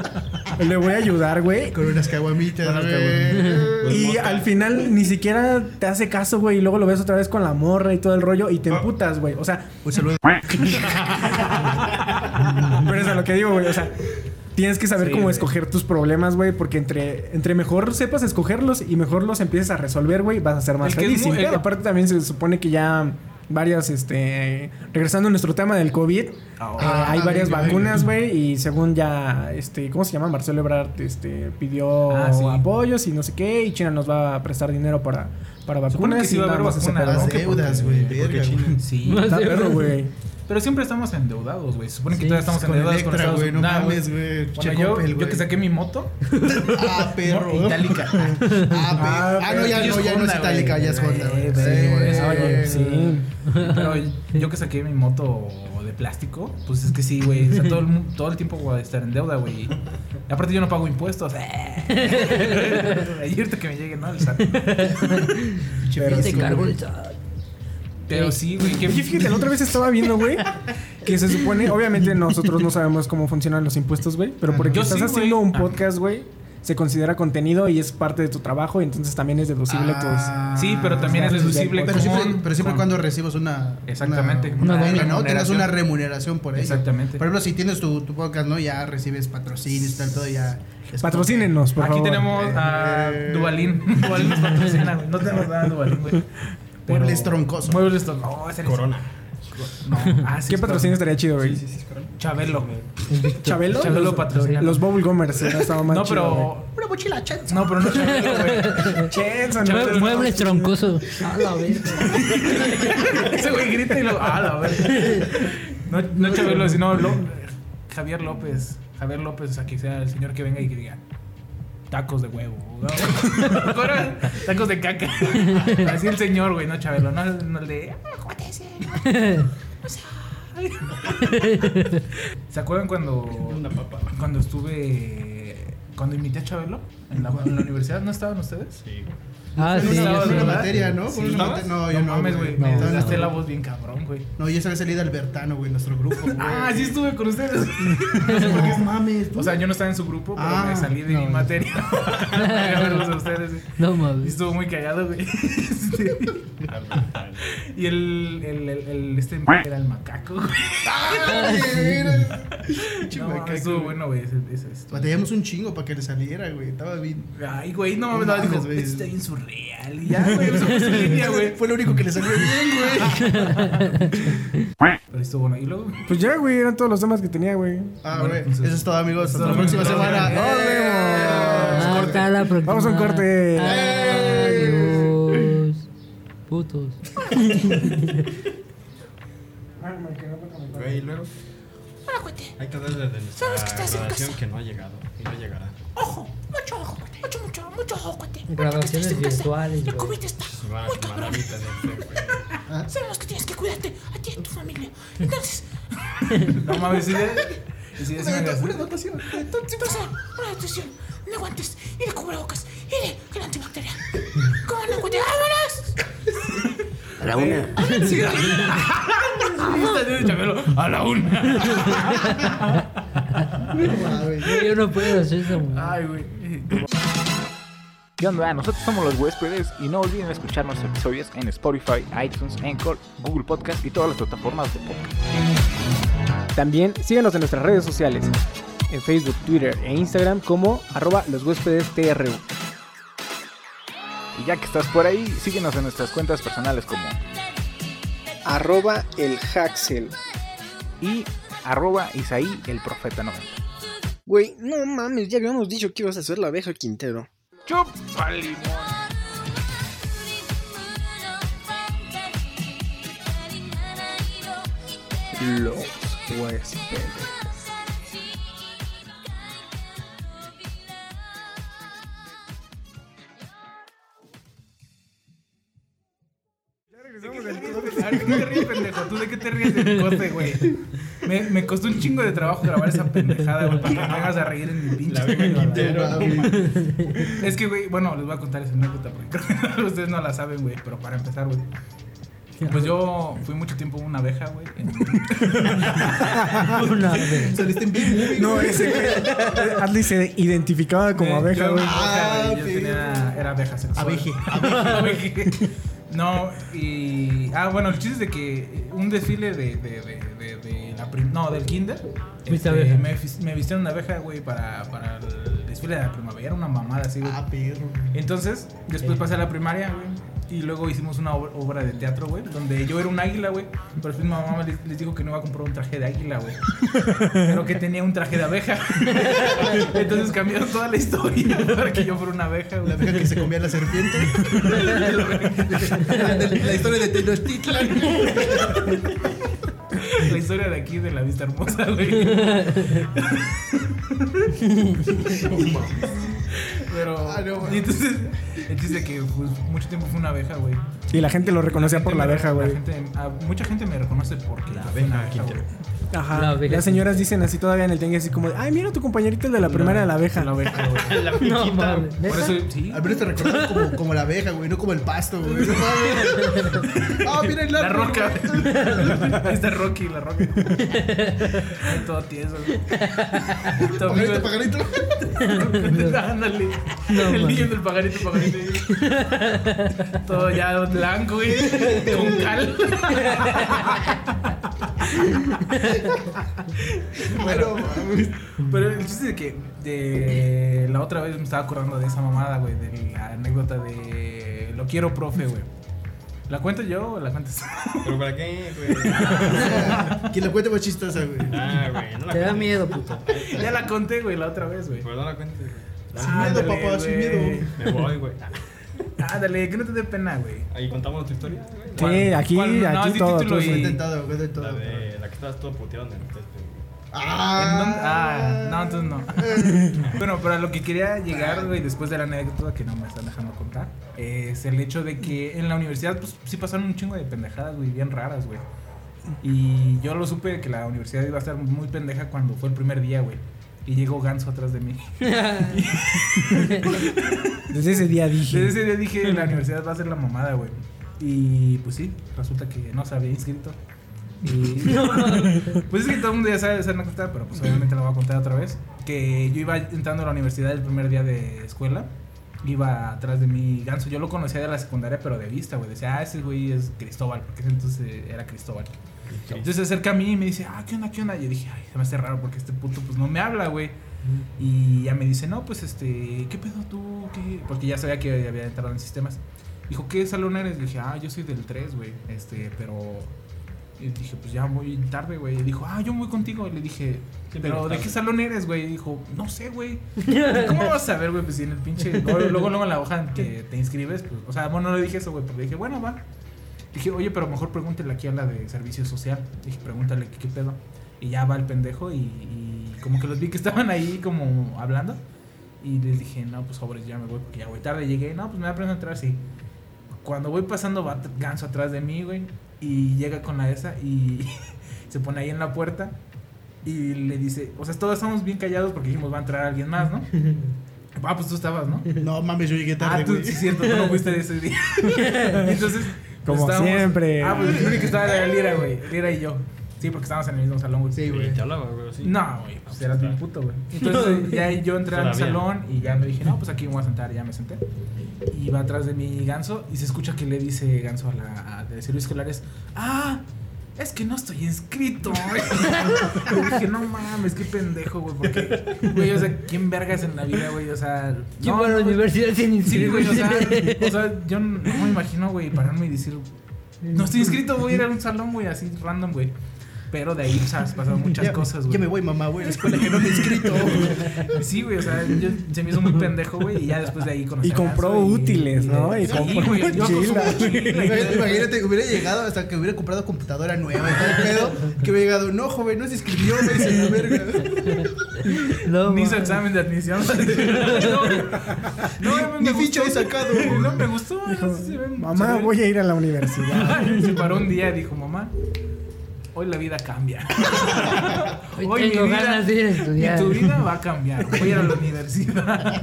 C: Le voy a ayudar, güey.
D: Con unas caguamitas, güey.
C: Y al final ni siquiera te hace caso, güey. Y luego lo ves otra vez con la morra y todo el rollo
A: Ah.
C: y te emputas, güey. O sea,
D: Un saludo.
C: pero eso es a lo que digo, güey. O sea, Tienes que saber
A: Sí,
C: cómo
A: güey.
C: escoger tus problemas, güey, porque entre, entre mejor sepas escogerlos y mejor los empieces a resolver, güey, vas a ser más
A: El que es
C: feliz.
A: muy-
C: sin
A: el-
C: pedo. eh, Aparte también se supone que ya varias, este, regresando a nuestro tema del COVID, eh, hay
D: ah,
C: varias
D: venga,
C: vacunas, güey, y según ya, este, ¿cómo se llama? Marcelo Ebrard, este, pidió
A: Ah, sí.
C: apoyos y no sé qué, y China nos va a prestar dinero para, para
A: Supone que
C: vacunas
A: sí
C: y
A: va a
C: nada
A: haber
C: más ese
A: vacunas, ¿no?
D: Las
C: pedo.
A: Que
D: deudas,
A: porque-
D: güey. Verga,
I: China.
D: güey.
A: Sí.
E: No,
C: Está
E: sí,
C: perro,
E: güey.
C: güey.
A: Pero siempre estamos endeudados, güey. Supone que
F: Sí,
A: todavía estamos
D: Con
A: endeudados con
D: Electra,
A: Estados
D: güey. No
A: Nah, güey.
D: mames, güey.
A: Bueno,
D: Che,
A: yo,
D: Coppel,
A: yo
D: güey.
A: que saqué mi moto.
D: Ah, perro.
A: No, itálica.
D: Ah, pe- ah, no, ya
A: Ellos
D: no, ya no es
A: Honda,
D: itálica,
A: güey.
D: ya es Honda, güey. Ah,
A: Eh,
D: Sí,
A: sí, güey, sí,
D: güey.
A: güey,
C: Sí.
A: Pero yo que saqué mi moto de plástico, pues es que sí, güey. O sea, todo el, mu- todo el tiempo voy a estar en deuda, güey. Y aparte yo no pago impuestos. Ayúdate que me llegue, ¿no? El SAT.
F: Ya
C: Pero
F: te
C: sí,
F: cargo
C: güey.
F: el chat.
A: Pero sí, güey. Que...
C: Oye, fíjate, la otra vez estaba viendo, güey, que se supone, obviamente nosotros no sabemos cómo funcionan los impuestos, güey, pero porque
A: Yo
C: estás
A: sí,
C: haciendo
A: güey.
C: un podcast, güey, se considera contenido y es parte de tu trabajo, y entonces también es deducible
D: Ah,
A: Sí, pero también es
C: Ah,
A: deducible
D: Pero siempre,
A: con-
D: pero siempre
A: con-
D: cuando recibes una.
A: Exactamente.
D: Una,
F: Una
D: una, ¿no?
A: remuneración.
D: Tienes una remuneración por ello.
A: Exactamente.
D: Por ejemplo, si tienes tu, tu podcast, ¿no? Ya recibes patrocinios y tal, todo ya.
C: pues. Patrocínenos, por
A: Aquí
C: favor.
A: tenemos a
D: Eh.
A: Duvalín. Duvalín nos patrocina, güey. No tenemos nada de Duvalín, güey. Pero-
D: Muebles troncoso.
A: Muebles troncoso. No, ese
I: Corona.
A: No. Ah, sí,
C: ¿Qué
A: es
C: patrocinio
A: Corona.
C: estaría chido, güey?
A: Chabelo.
C: ¿Chabelo?
A: Chabelo
C: Los-
A: patrocina.
C: Los Bubble Gomers, hubiera estado más
A: No,
C: chido, güey.
A: pero. Una mochila No, pero no Chabelo, güey.
C: Chenson,
A: Chabelo.
C: ¿no?
E: Muebles troncosos.
F: A la vez.
A: Ese güey grita y lo. Ah, la verga. No, no Chabelo, sino Lo- Javier López. Javier López, o sea, que sea el señor que venga y que diga. Tacos de huevo. ¿no? Ahora, Tacos de caca. Así el señor, güey, no Chabelo. No, no el de. "Ah, joder, ese". ¿Se acuerdan cuando. Cuando estuve. Cuando invité a Chabelo en la, en la universidad, ¿no estaban ustedes?
I: Sí, güey.
E: Ah,
D: Fue
E: sí.
D: en una,
A: yo
D: en una
A: sí.
D: materia, ¿no? Fue en una
I: ¿Estabas?
D: mate- No, yo
A: no,
D: no.
A: mames, güey.
D: No,
A: Me
D: no,
A: desgasté
D: no.
A: la voz bien cabrón, güey.
D: No, yo esa vez salí de Albertano, güey, nuestro grupo, güey.
A: Ah, sí estuve con ustedes.
D: No mames.
A: O sea, yo no estaba en su grupo, pero
D: Ah,
A: me salí de mi
F: no.
A: materia.
F: Ah,
A: Para verlos a ustedes. güey.
E: No
A: Y
E: mames.
A: estuvo muy cagado, güey. Este, y el, el, el, el- este era el macaco, güey.
D: Ah,
A: No, mames, estuvo bueno, güey. Ese, ese- ese-
D: Batallamos un chingo para que le saliera, güey. Estaba bien.
A: Ay, güey, no mames, no,
D: No
A: dijo,
D: mames, güey.
A: "Este está bien surreal. Y ya, güey, eso fue su línea, güey.
D: Fue lo único que le salió bien, güey.
A: Pero estuvo bueno. Y luego,
C: Pues ya, güey, eran todos los temas que tenía, güey.
D: Ah,
A: Bueno,
D: güey.
A: entonces-
D: Eso es todo, amigos. Hasta la
A: Eso es todo.
D: próxima semana.
A: Nos
D: ¡Eh!
F: Ah, hasta la próxima.
C: Vamos a un corte.
F: Adiós. Putos.
I: Güey, y luego. Hay que darle de nuestra grabación que no ha llegado y no llegará.
F: Grabaciones virtuales, güey.
I: Sus mar- maravillas de fe, güey.
A: no mames, sí, de- y sí, sí me
D: Una-
A: gasté.
D: Una dotación.
A: A la una.
F: Yo no puedo hacer eso, güey.
A: Ay, güey.
G: ¿Qué onda? Nosotros somos los huéspedes y no olviden escuchar nuestros episodios en Spotify, iTunes, Anchor, Google Podcast y todas las plataformas de podcast.
C: También síganos en nuestras redes sociales, en Facebook, Twitter e Instagram como arroba los huéspedes TRU.
G: Y ya que estás por ahí, síguenos en nuestras cuentas personales como
C: Arroba el Haxel.
G: y arroba Isaí el Profeta 90.
J: Güey, no mames, ya habíamos dicho que ibas a hacer la abeja Quintero.
G: ¡Chupa limón!
J: Los huéspedes.
A: Ahorita te ríes, pendejo. ¿Tú de qué te ríes de mi corte, güey? Me, me costó un chingo de trabajo grabar esa pendejada, güey, para que me hagas a reír en mi pinche.
I: La verga Quintero.
A: Ah, Es que, güey, bueno, les voy a contar esa anécdota porque creo que ustedes no la saben, güey, pero para empezar, güey. Pues yo fui mucho tiempo una abeja, güey.
F: Una vez.
D: Saliste en Big Movie.
C: No, ese güey. Adley se identificaba como
A: Eh,
C: abeja,
A: yo-
C: güey.
A: abeja, güey,
D: Ah,
A: yo
D: sí.
A: tenía- era abeja sexual.
D: Abeje.
A: Abeje. No, y. Ah, bueno, el chiste es de que un desfile de, de, de, de- de la la prim- no, del kinder.
F: Fuiste
A: este,
F: abeja.
A: me, fis- me vistieron de abeja, güey, para, para el desfile de la primavera. Era una mamada así, güey.
D: Ah, perro.
A: Entonces, después pasé a la primaria, güey. Y luego hicimos una ob- obra de teatro, güey, donde yo era un águila, güey. Pero al fin mi mamá les, les dijo que no iba a comprar un traje de águila, güey. Pero que tenía un traje de abeja. Entonces cambiaron toda la historia para que yo fuera una abeja,
D: La
A: güey.
D: abeja que se comía a la serpiente.
F: La, historia de Tenochtitlan.
A: La historia de aquí, de la vista hermosa, güey. Pero.
D: Ah, no, güey.
A: y entonces, el chiste de que pues, mucho tiempo fue una abeja, güey.
C: Y la gente lo reconocía por la abeja,
A: La
C: güey.
A: gente, a- mucha gente me reconoce porque la
I: abeja Quintero.
C: Ajá.
F: La abeja.
C: Las señoras dicen así todavía en el tianguis, así como, de, ay, mira tu compañerito el de la primera de la abeja.
A: La abeja, güey.
I: La
F: No,
I: piquita.
F: mames.
A: Por eso, sí.
D: Al menos te recuerdan como, como la abeja, güey, no como el pasto, güey. No mames. Ah, mira el
A: La
D: árbol,
A: roca.
D: güey.
A: Está Rocky, la roca. Ay, todo tieso, güey. Tu amigo-
D: Pajarito, pajarito.
A: Ándale. el niño del pajarito, pajarito. Todo ya blanco, güey. Con cal.
D: Bueno, mames.
A: Pero el chiste es que de la otra vez me estaba acordando de esa mamada, güey. De la anécdota de lo quiero, profe, güey. ¿La cuento yo o la cuentas?
I: ¿Pero para qué, güey?
D: Quien la cuente más chistosa, güey.
I: Ah, güey, no la
F: Te da
I: cuentes.
F: miedo, puto.
A: ya la conté, güey, la otra vez, güey.
I: Pues no la cuentes, güey.
D: Sin miedo,
A: Ándale,
D: papá, sin
A: güey.
D: miedo.
I: Me voy, güey.
A: Ándale, que no te dé pena, güey.
I: Ahí contamos tu historia, güey.
C: Sí, aquí,
A: ¿Cuál? No,
C: aquí
A: sí,
C: todo.
A: título
C: todo,
A: y-
C: sí.
D: Cuenten todo, cuenten todo.
I: La de la que estabas todo puteado en el césped, güey.
A: ¿En dónde?
D: Ah,
A: Ah, no, entonces no. bueno, pero a lo que quería llegar, güey, después de la anécdota que no me están dejando contar, es el hecho de que en la universidad, pues sí pasaron un chingo de pendejadas, güey, bien raras, güey. Y yo lo supe que la universidad iba a estar muy pendeja cuando fue el primer día, güey. Y llegó Ganso atrás de mí.
C: Desde ese día dije.
A: Desde ese día dije, la universidad va a ser la mamada, güey. Y pues sí, resulta que no se había inscrito. Y- pues es que todo el mundo ya sabe esa anécdota, pero pues obviamente la voy a contar otra vez. Que yo iba entrando a la universidad el primer día de escuela. Iba atrás de mí Ganso. Yo lo conocía de la secundaria, pero de vista, güey. Decía, ah, ese güey es Cristóbal, porque ese entonces era Cristóbal. Entonces se acerca a mí y me dice, ah, ¿qué onda, qué onda? Y yo dije, ay, se me hace raro porque este puto pues no me habla, güey. Y ya me dice, no, pues este, ¿qué pedo tú? ¿Qué? Porque ya sabía que había entrado en sistemas. Dijo, ¿qué salón eres? Le dije, ah, yo soy del 3, güey. Este, pero. Y dije, pues ya voy tarde, güey. Y dijo, ah, yo voy contigo. Y le dije, pero ¿de qué salón eres, güey? Y dijo, no sé, güey. Y, ¿Cómo vas a saber, güey? Pues si en el pinche. Luego, luego, luego en la hoja en que te inscribes, pues. O sea, bueno, no le dije eso, güey, pero le dije, bueno, va. Dije, oye, pero mejor pregúntale aquí a la de servicio social. Dije, pregúntale qué, qué pedo. Y ya va el pendejo y, y como que los vi que estaban ahí como hablando. Y les dije, no, pues pobres, ya me voy porque ya voy tarde. Llegué, no, pues me da pena entrar, sí. Cuando voy pasando va Ganso atrás de mí, güey. Y llega con la esa y se pone ahí en la puerta. Y le dice, o sea, todos estamos bien callados porque dijimos, va a entrar alguien más, ¿no? Ah, pues tú estabas, ¿no?
D: No mames, yo llegué
A: Ah,
D: tarde,
A: tú,
D: güey.
A: sí, es cierto, tú no fuiste de ese día. Entonces, pues,
C: Como siempre.
A: Ah, pues dije que estaba la Lira, güey. Lira y yo. Sí, porque estábamos en el mismo salón, güey.
D: Sí, güey.
I: Y te hablaba, güey, sí.
A: No, güey, pues eras bien puto, güey. Entonces ya yo entré al
I: Todavía.
A: salón y ya me dije, no, pues aquí me voy a sentar, y ya me senté. Y va atrás de mi ganso y se escucha que le dice ganso a la a- de servicios escolares, ah, es que no estoy inscrito. y dije, no mames, qué pendejo, güey, porque, güey, o sea, ¿quién vergas en la vida, güey? O sea,
F: Yo
A: no,
F: para la
A: no, güey.
F: universidad sin
A: Sí, güey, o sea,
F: inscribirse.
A: o sea, yo no no me imagino, güey, pararme y decir, no estoy inscrito, voy a ir a un salón, güey, así random, güey. Pero de ahí, o sea, has pasado muchas
D: Ya-
A: cosas, güey.
D: Ya me voy, mamá, güey, a la escuela que no me he inscrito.
A: Pues Sí, güey, o sea, yo- se me hizo muy pendejo, güey, y ya después de ahí conocí
C: Y
A: a
C: compró
A: Ganso
C: útiles, ¿no? Y
A: sí,
C: compró
A: güey, yo con su
C: mochila.
A: mochila y todo.
D: Imagínate, hubiera llegado hasta que hubiera comprado computadora nueva y todo el pedo. Que hubiera llegado, no, joven, no se inscribió, me dice la verga.
F: No,
A: Ni hizo
F: mames.
A: examen de admisión. No, no,
D: Ni
A: me
D: ficha he
A: gustó.
D: sacado.
A: No me gustó. no sé si se ven- se
C: Mamá,
A: ven-
C: voy a ir a la universidad.
A: Se paró un día y dijo, mamá, hoy la vida cambia.
F: Hoy tengo ganas de ir a estudiar.
A: Y tu vida va a cambiar. Voy a ir a la universidad.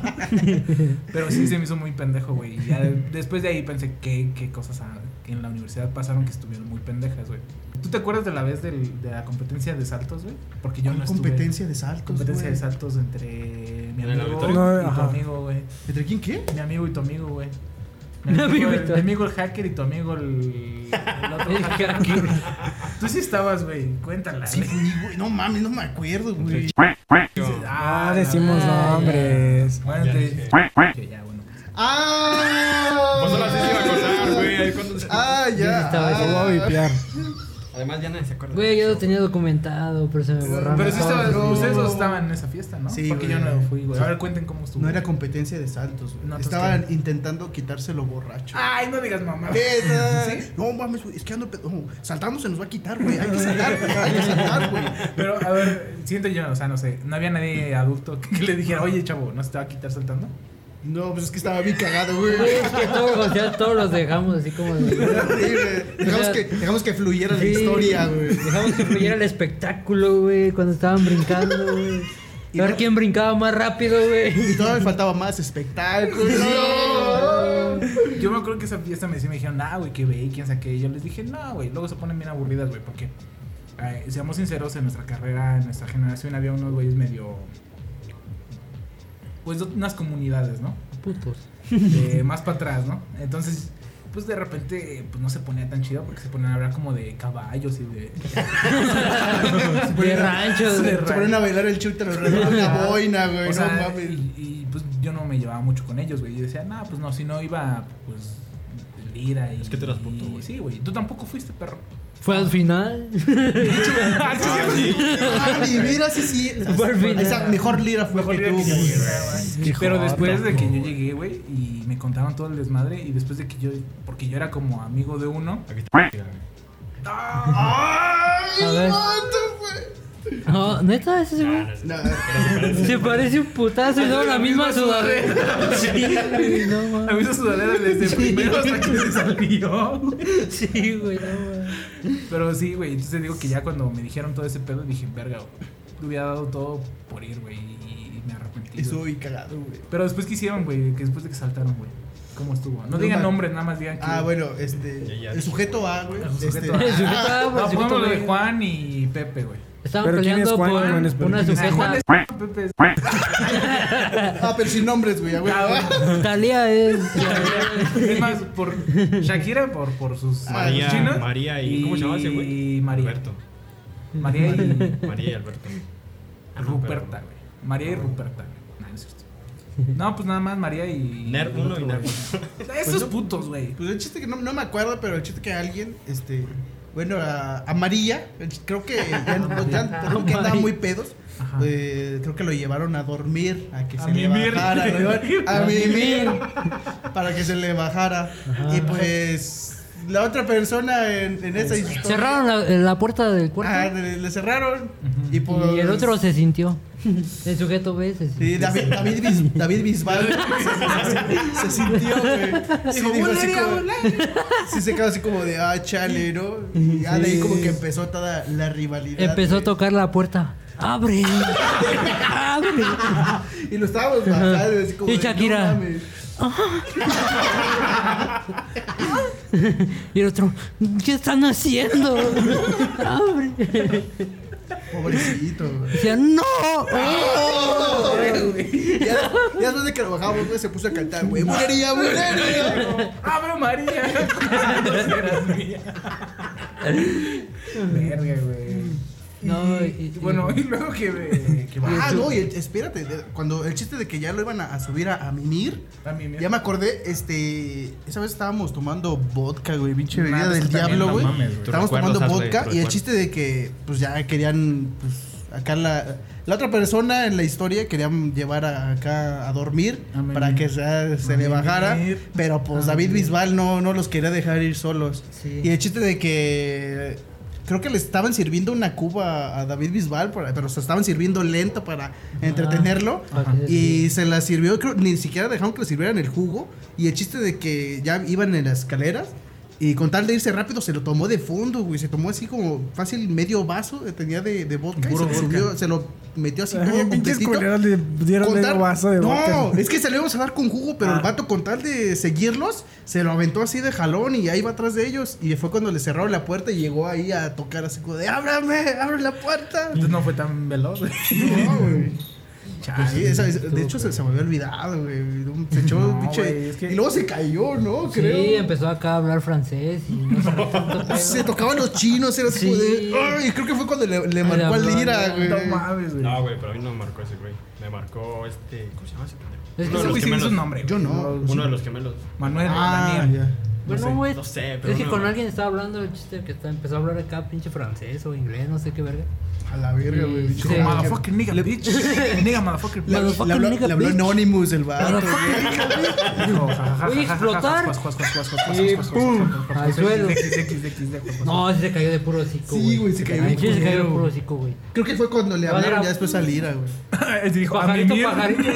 A: Pero sí se me hizo muy pendejo, güey. Y ya de- después de ahí pensé qué, qué cosas ah, que en la universidad pasaron que estuvieron muy pendejas, güey. ¿Tú te acuerdas de la vez del- de la competencia de saltos, güey? Porque yo no estuve.
D: competencia de saltos.
A: Competencia
D: güey.
A: de saltos entre mi
I: ¿En el
A: amigo y
I: auditorio?
C: No,
A: tu
C: ajá.
A: amigo, güey.
D: ¿Entre quién qué?
A: Mi amigo y tu amigo, güey. Mi amigo, el,
F: Amiguito.
A: mi amigo el hacker y tu amigo el, el otro
F: El
A: hacker.
F: hacker.
A: Tú sí estabas, güey. Cuéntala.
D: Sí, fui, güey. No mames, no me acuerdo, güey.
C: Ah, decimos
F: Ah,
C: nombres.
A: Bueno,
I: Ya
A: te-
I: dije.
A: que ya, bueno.
D: ¡Ah!
I: Pues solo así se iba a acordar, güey. ahí cuando se-
D: ¡Ah, ya!
F: Estaba
C: Lo voy a vipear.
I: Además, ya nadie se acuerda.
F: Güey,
I: de
F: yo lo
I: eso.
F: tenía documentado, pero se me borraron.
A: Pero sí
F: todas
A: estabas,
F: las-
A: ustedes dos estaban en esa fiesta, ¿no?
D: Sí,
A: Porque yo
D: güey.
A: no fui, güey. A ver, cuenten cómo estuvo.
D: No era competencia de saltos, güey.
A: No, pues entonces,
D: Estaban intentando quitárselo borracho.
A: Ay, no digas mamá.
D: Neta. No mames, güey, es que ando pedo. Saltando se nos va a quitar, güey. Hay que saltar, güey. Hay que saltar, güey.
A: Pero, a ver, siento yo, o sea, no sé, no había nadie adulto que le dijera, oye, chavo, ¿no se te va a quitar saltando?
D: No, pues es que estaba bien cagado, güey.
F: Güey, es que todos, o sea, todos los dejamos así como. de-
D: Era horrible. Dejamos que, dejamos que fluyera la
F: Sí,
D: historia, güey.
F: Dejamos que fluyera el espectáculo, güey, cuando estaban brincando, güey.
D: Y
F: A ver
D: no-
F: quién brincaba más rápido, güey.
D: Y todavía faltaba más espectáculo.
A: Yo me acuerdo que esa fiesta me, decían, me dijeron, ah, güey, qué ve, quién saqué. Y yo les dije, no, güey, luego se ponen bien aburridas, güey, porque, eh, seamos sinceros, en nuestra carrera, en nuestra generación, había unos güeyes medio. Pues de unas comunidades, ¿no?
F: Putos.
A: de más para atrás, ¿no? Entonces, pues de repente, pues no se ponía tan chido porque se ponían a hablar como de caballos y de.
F: De ranchos,
A: de
F: güey.
D: Se ponen a bailar el chute alrededor de la boina, güey.
A: O sea,
D: no mames.
A: y, y, pues yo no me llevaba mucho con ellos, güey. Yo decía, nah, pues no, si no iba, pues. Lira y.
I: Es que tú eras puto,
A: y-
I: güey.
A: Sí, güey. Tú tampoco fuiste, perro.
F: Fue al final.
I: Ah, sí.
D: Ah, mi vida, sí, sí.
F: Fue al final.
D: Esa mejor lira fue que tú, güey.
A: Pero después de que yo llegué, güey, y me contaban todo el desmadre, y después de que yo. Porque yo era como amigo de uno.
I: Aquí está.
F: A ver. No, neta, ese
I: Ah,
F: güey.
I: no, sí.
D: No,
F: Se parece un putazo y luego la misma sudadera. Sí, güey, no
A: A
F: mames.
A: mí esa sudadera desde primero hasta que se salió.
F: Sí, güey, no mames.
A: Pero sí, güey. Entonces digo que ya cuando me dijeron todo ese pedo, dije, verga, güey. Le hubiera dado todo por ir, güey. Y, y me arrepentí.
D: Estuvo
A: güey.
D: bien cagado, güey.
A: Pero después, ¿qué hicieron, güey? Que después de que saltaron, güey. ¿Cómo estuvo? No,
D: No
A: digan
D: mames.
A: nombres, nada más digan que.
D: Ah, bueno,
I: Ya, ya.
D: este. El sujeto A, güey.
A: El sujeto
D: este,
A: A.
F: El sujeto
D: ah,
F: A, güey,
A: Ah,
F: el sujeto
A: pongámosle
F: B.
A: Juan y Pepe, güey.
F: Estaban
C: Pero ¿quién es
F: peleando
C: Juan?
F: por
C: Juan es Pepe.
F: una
C: Ah,
A: Ah, Juan
F: sujeta.
A: es Pepe es-
D: Ah, pero sin nombres, güey. a huevo.
A: Ah,
F: Talía es.
A: Es más, por Shakira, por, por sus
I: Ah, María,
A: chinos.
I: María y, ¿Cómo se llamaba ese güey?
A: Y María.
I: Alberto.
A: María y
I: María y Alberto. Ah, no,
A: Ruperta,
I: perdón.
A: güey. María y Ruperta, güey. Nah, no es cierto. No, pues nada más María y.
I: Ner
A: el
I: uno
A: otro,
I: y Ner
A: güey. Esos putos, güey.
D: Pues el chiste que no, no me acuerdo, pero el chiste que alguien, este. Bueno, a, a María, el ch- creo que ya, no- ya- creo que andaba muy pedos.
A: Ajá.
D: eh, creo que lo llevaron a dormir, a que
A: A
D: se le
A: mimir.
D: bajara. lo llevaron A
F: A
D: mimir,
F: mimir.
D: para que se le bajara. Y pues la otra persona en, en esa historia.
F: Cerraron la, la puerta del
D: Ah,
F: cuarto.
D: le, le cerraron. Y, pues,
F: Y el otro se sintió. El sujeto B se
D: Sí,
F: sintió.
D: David, David, Bis- David Bisbal se, se- se sintió, güey. Sí,
A: Dijo,
D: dijo así
A: "Bulería,
D: como- sí, se quedó así como de, ah, chale, ¿no? Y ya de ahí como que empezó toda la rivalidad.
F: Empezó a
D: güey.
F: tocar la puerta. ¡Abre! ¡Abre!
D: Y lo estábamos bajando, así como
F: Y
D: de,
F: Shakira.
D: "No mames".
F: Y el otro, ¿qué están haciendo? ¡Abre!
D: Pobrecito, güey.
F: Decía, ¡No!
D: Ya, ya después de que lo bajamos, güey, se puso a cantar, güey. ¡Bulería, bulería!
A: ¡Abro María! Eras mía. Verga, güey.
F: No,
A: Y-
F: y- y-
A: bueno, y luego que. me- que
D: Ah,
A: va-
D: no, y el- espérate, de- cuando el chiste de que ya lo iban a, a subir a, a mimir.
A: A mí, mira.
D: Ya me acordé, este. Esa vez estábamos tomando vodka, güey, pinche
A: Nah,
D: bebida
A: es
D: del
A: que también,
D: diablo,
A: no
D: güey.
A: mames, güey.
D: estábamos
I: Tus recuerdos,
D: tomando
I: hazle
D: vodka
I: tus
D: y el
I: recuerdos.
D: chiste de que, pues ya querían, pues, acá la. La otra persona en la historia querían llevar a- acá a dormir
A: A mimir.
D: para que se, se
A: A
D: le
A: mimir.
D: bajara. Pero pues
A: A
D: David
A: mimir.
D: Bisbal no, no los quería dejar ir solos.
F: Sí.
D: Y el chiste de que creo que le estaban sirviendo una cuba a David Bisbal, para- pero se estaban sirviendo lento para entretenerlo.
F: Ajá.
D: Y se la sirvió, creo, ni siquiera dejaron que le sirvieran el jugo. Y el chiste de que ya iban en las escaleras. Y con tal de irse rápido, se lo tomó de fondo, güey. Se tomó así como fácil medio vaso que tenía de, de vodka.
A: Puro
D: y se, lo
A: vodka.
D: subió, se lo metió así
C: Ay,
D: todo
C: pinches
D: completito.
C: culeros le dieron
D: Con
C: medio
D: tal-
C: vaso de
D: no,
C: vodka. Ah.
D: es que se lo íbamos a dar con jugo, pero el vato con tal de seguirlos, se lo aventó así de jalón y ahí va atrás de ellos. Y fue cuando le cerraron la puerta y llegó ahí a tocar así como de ábrame, abre la puerta.
A: Entonces no fue tan veloz, güey.
D: No, güey.
A: Chale,
D: Ah, Sí, esa- es-
A: estuvo
D: de hecho, se,
A: feo.
D: se me había olvidado, güey. Se echó
A: No,
D: un pinche.
A: güey, es que-
D: Y luego se cayó, ¿no?
F: Sí,
D: Creo. Ah,
F: empezó acá a hablar francés y no sé qué tanto pedo.
D: se tocaban los chinos, era así como
F: Sí.
D: de. Ay, creo que fue cuando le, le
F: Ay,
D: marcó
F: la
D: al Lira,
F: banda,
D: güey.
A: No mames, güey.
I: No, güey, pero a mí no me marcó ese güey. Me marcó este. ¿Cómo se llama ese pendejo?
F: Es que
I: Uno de
A: Ese
I: los
A: güey sí
I: gemelos.
A: dice un nombre.
D: Yo
A: güey.
D: no.
I: Uno de los gemelos.
A: Manuel,
D: Ah,
A: Daniel.
D: ya.
I: sé,
F: Bueno, güey.
I: no sé, pero
F: es que
I: no.
F: con alguien estaba hablando el chiste que está, empezó a hablar acá pinche francés o inglés, no sé qué verga.
D: A la verga, güey.
F: Sí.
D: bicho.
A: Dijo, Motherfucking nigga, bitch. Nigga, motherfucking
D: Le,
A: bitch.
D: le habló, le habló Anonymous el vato.
A: Dijo, ja, ja, ja,
F: Voy a
A: ja, ja,
F: explotar.
A: ja, ja, juas, juas, juas, juas, juas,
F: Y
A: juas, juas,
F: pum,
A: juas, juas, juas,
F: al
A: juas,
F: suelo.
A: juas, juas, juas, juas, juas, juas.
F: No, sí se cayó de puro hocico.
D: Sí, güey, se cayó
F: Ay,
D: bien
F: sí se cayó de
D: culero.
F: puro hocico, güey.
D: Creo que fue cuando le
F: Vale,
D: hablaron
F: era-
D: ya después a Lira, güey.
A: Dijo, a
F: Pajarito,
A: mí
F: pajarito.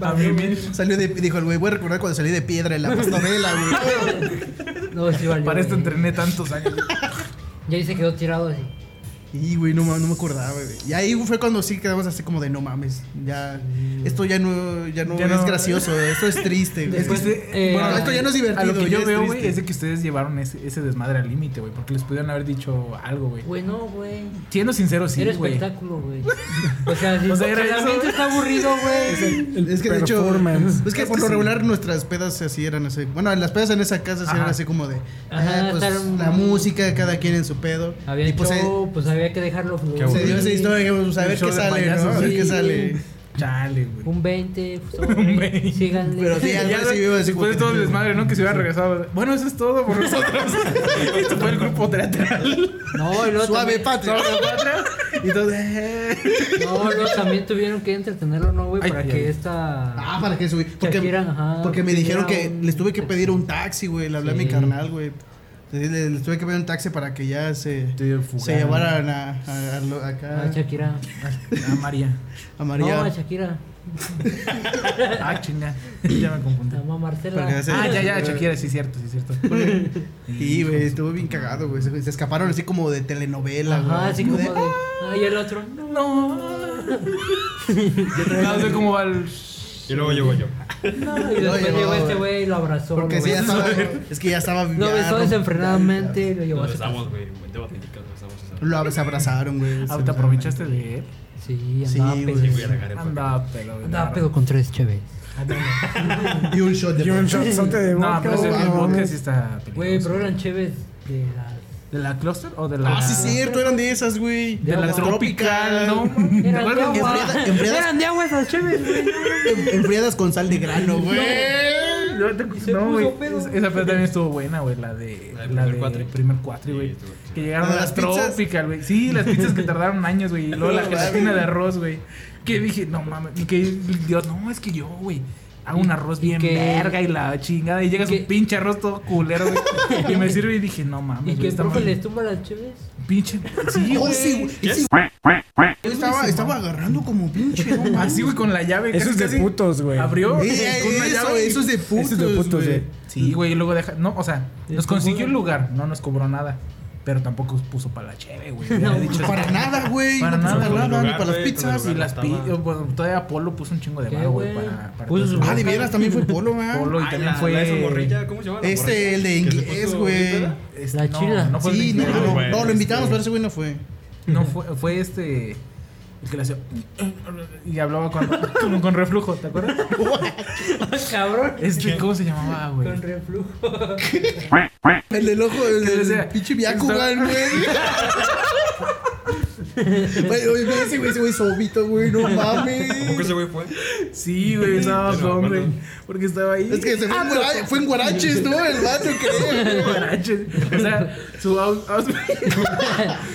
A: A mí mierda.
D: Salió de, dijo el güey, voy a recordar cuando salí de piedra en la pastorela, güey.
F: No, sí valió.
A: Para esto
F: güey.
A: entrené tantos años.
F: Y ahí se quedó tirado así.
D: Y, güey, no, ma- no me acordaba, güey. Y ahí fue cuando sí quedamos así como de, no mames, ya... Esto ya no, ya no
A: Ya
D: es
A: no.
D: gracioso, esto es triste, güey.
F: Después-
A: Es que este-
F: eh,
A: bueno,
D: esto ya no es divertido,
A: A lo que
D: ya
A: yo
D: es
A: veo, güey,
D: triste.
A: es de que ustedes llevaron ese, ese desmadre al límite, güey. Porque les pudieron haber dicho algo, güey.
F: Güey, no, güey.
A: Siendo sinceros, sí,
F: era
A: güey.
F: espectáculo, güey. O sea, si
A: O sea,
F: el
A: era eso,
F: ambiente
A: güey.
F: está aburrido, güey.
C: El
D: es que de hecho,
C: performance.
D: es que por lo regular nuestras pedas así eran así. Bueno, las pedas en esa casa sí eran
A: Ajá.
D: así como de
F: Ajá,
D: ah, pues,
F: estar un-
D: la música, cada quien en su pedo.
F: Había
D: y pues eh,
F: show, pues había que dejarlo fluir.
D: se dio esa historia, que, pues, a
A: Un
D: ver
A: show
D: qué
A: de
D: sale, ¿no? A
A: payasos,
D: ver qué
F: sí.
D: sale.
A: Chale, güey.
F: Un 20, pues,
A: Un 20.
F: síganle.
D: Pero sí,
A: Y
D: algo
A: ya
D: así iba a decir como
A: después de
D: que-
A: todo el desmadre, ¿no? Que se hubiera regresado. Bueno, eso es todo por nosotros. Esto fue el grupo teatral.
F: No, y luego
D: Suave
F: también-
D: patria.
A: Y todo. eh.
F: No, no, también tuvieron que entretenerlo, ¿no, güey?
A: Ay,
F: Para
A: ay, ay.
F: que esta.
D: Ah, para que subí. Porque,
F: quieran, ajá,
D: porque me
F: que
D: dijeron que
F: quieran un
D: les tuve que
F: taxi.
D: pedir un taxi, güey. Le hablé a mi
F: Sí.
D: carnal, güey. Entonces, le- Les, tuve que pedir un taxi para que ya se,
A: Te
D: se
A: fugaron.
D: llevaran a, a- a lo- acá
F: A Shakira.
A: Ah, María.
D: a
F: No, a
D: María.
F: Shakira.
A: Ah, chinga. Ya me confundí.
F: Llamó a Marcela.
D: Para que se-
A: Ah, ya, ya, Shakira, sí, cierto, sí, cierto.
D: Y, güey, estuvo bien cagado, güey. Se, se escaparon así como de telenovela, güey.
F: Ajá, así como de. Ah, y el otro. No.
A: No sé cómo va el.
I: Y luego llego yo.
F: No, y
D: No,
F: después
D: llegó,
F: llegó este
D: güey.
F: güey y lo abrazó.
D: Porque
F: lo
D: sí, ya
F: besó.
D: estaba. Es que ya estaba
F: Lo
D: ya
F: besó
D: romp-
F: desenfrenadamente y lo llevó
I: Nos
F: a su casa.
I: besamos, güey. Me debo platicar, nos besamos. esa vez.
D: Lo ab- se abrazaron, güey.
A: Ah,
D: Se
A: te
D: abrazaron.
A: aprovechaste de él.
F: Sí,
D: Sí,
F: andaba
D: güey.
F: pedo.
I: Sí, güey, la agarré.
A: Andaba pedo, güey.
F: Andaba pedo con tres chéves.
D: Y un shot de
C: Y un shotzote de
A: No,
C: vodka,
A: pero ese
C: güey,
A: el
C: no
A: vodka
C: mames.
A: sí está peligroso.
F: Güey, pero eran chéves de las.
A: ¿De la cluster o de la.?
D: Ah, sí, cierto, eran de esas, güey.
A: De la tropical, ¿no? ¿Te
F: Eran de
A: acuerdas?
F: agua.
D: Enfriada- enfriadas-
F: Eran de agua esas chéves, güey. no, no, no.
D: En- Enfriadas con sal de grano, güey.
A: No, te-
F: se
A: No,
F: puso
A: güey.
F: pedo.
A: es- Esa peda también estuvo buena, güey. La de.
I: La del
A: La
I: primer
A: de
I: cuatri.
A: primer cuatri,
I: Sí,
A: güey.
I: estuvo chida.
A: Que llegaron
D: La
A: a
D: de
A: las
D: las pizzas.
A: tropical, güey. Sí, las pizzas que tardaron años, güey. Y luego la
D: No,
A: gelatina
D: mames.
A: de arroz, güey. Que dije, no mames. Y que Dios, no, es que yo, güey. Hago un arroz
F: y
A: bien
F: que-
A: verga y la chingada. Y llega
F: que-
A: su pinche arroz todo culero, güey. Y me sirve y dije, no mames,
F: Y
A: güey.
F: que el
A: está
F: profe
A: mal.
F: les tumba las chéves.
A: Pinche. Sí,
D: Oh,
A: güey.
D: sí, güey. Ese güey Estaba, estaba agarrando como pinche. no mames.
A: Así, güey, con la llave.
C: Eso
A: casi,
C: es de
A: casi
C: putos, güey.
A: Abrió.
D: Eh,
A: con una
D: eso,
A: llave y-
D: eso es de
C: Eso
D: putos.
C: es de putos,
D: güey.
C: eh.
A: Sí, güey, y luego deja. No, o sea, nos
F: cobró.
A: consiguió el lugar, no nos cobró nada. Pero tampoco puso para la cheve, güey.
F: No,
A: Hubiera dicho,
D: Para nada, güey.
A: Para
D: no puso
A: nada.
D: para nada, ni
I: Lugar,
D: para las
I: güey,
D: pizzas.
A: y las pi- bueno, todavía Polo puso un chingo de
F: ¿Qué,
A: bar, güey,
F: güey?
A: para, para
F: Puso
A: todo
F: su- Ah,
A: eso.
D: Ah, de veras, también fue polo, man.
A: Polo y
I: Ay,
A: también
I: la-
A: fue.
I: la esa morrilla, ¿Cómo se llama? la
D: Este,
I: morrilla?
D: el de
I: Que se
D: inglés,
I: puso
D: güey.
I: bien peda.
A: este,
F: La
A: no,
F: chila.
A: No, fue
D: Sí,
A: el
D: no,
A: de-
I: Claro,
D: no,
I: güey.
D: no, lo invitamos,
A: Este-
D: pero ese güey no fue.
A: No, fue, fue este. El que le hacía. Y hablaba con, como con reflujo, ¿te acuerdas?
F: Cabrón.
A: Este, ¿cómo se llamaba, güey?
F: Con reflujo.
D: El del ojo, el
A: Que le
D: del
A: sea-
D: pinche Byakugan, güey. Güey, Oye, güey, ese güey, ese güey sobito, güey, no
I: ¿Cómo que
D: mames.
I: ese güey fue?
A: Sí, güey, estaba
I: Ya no me
A: hombre.
I: acuerdo.
A: Porque estaba ahí.
D: Es que se fue,
A: Ah,
D: en
A: pero-
D: guara- fue en guaraches, ¿no? El vato, creo.
A: Guaraches. O sea, su out- outfit.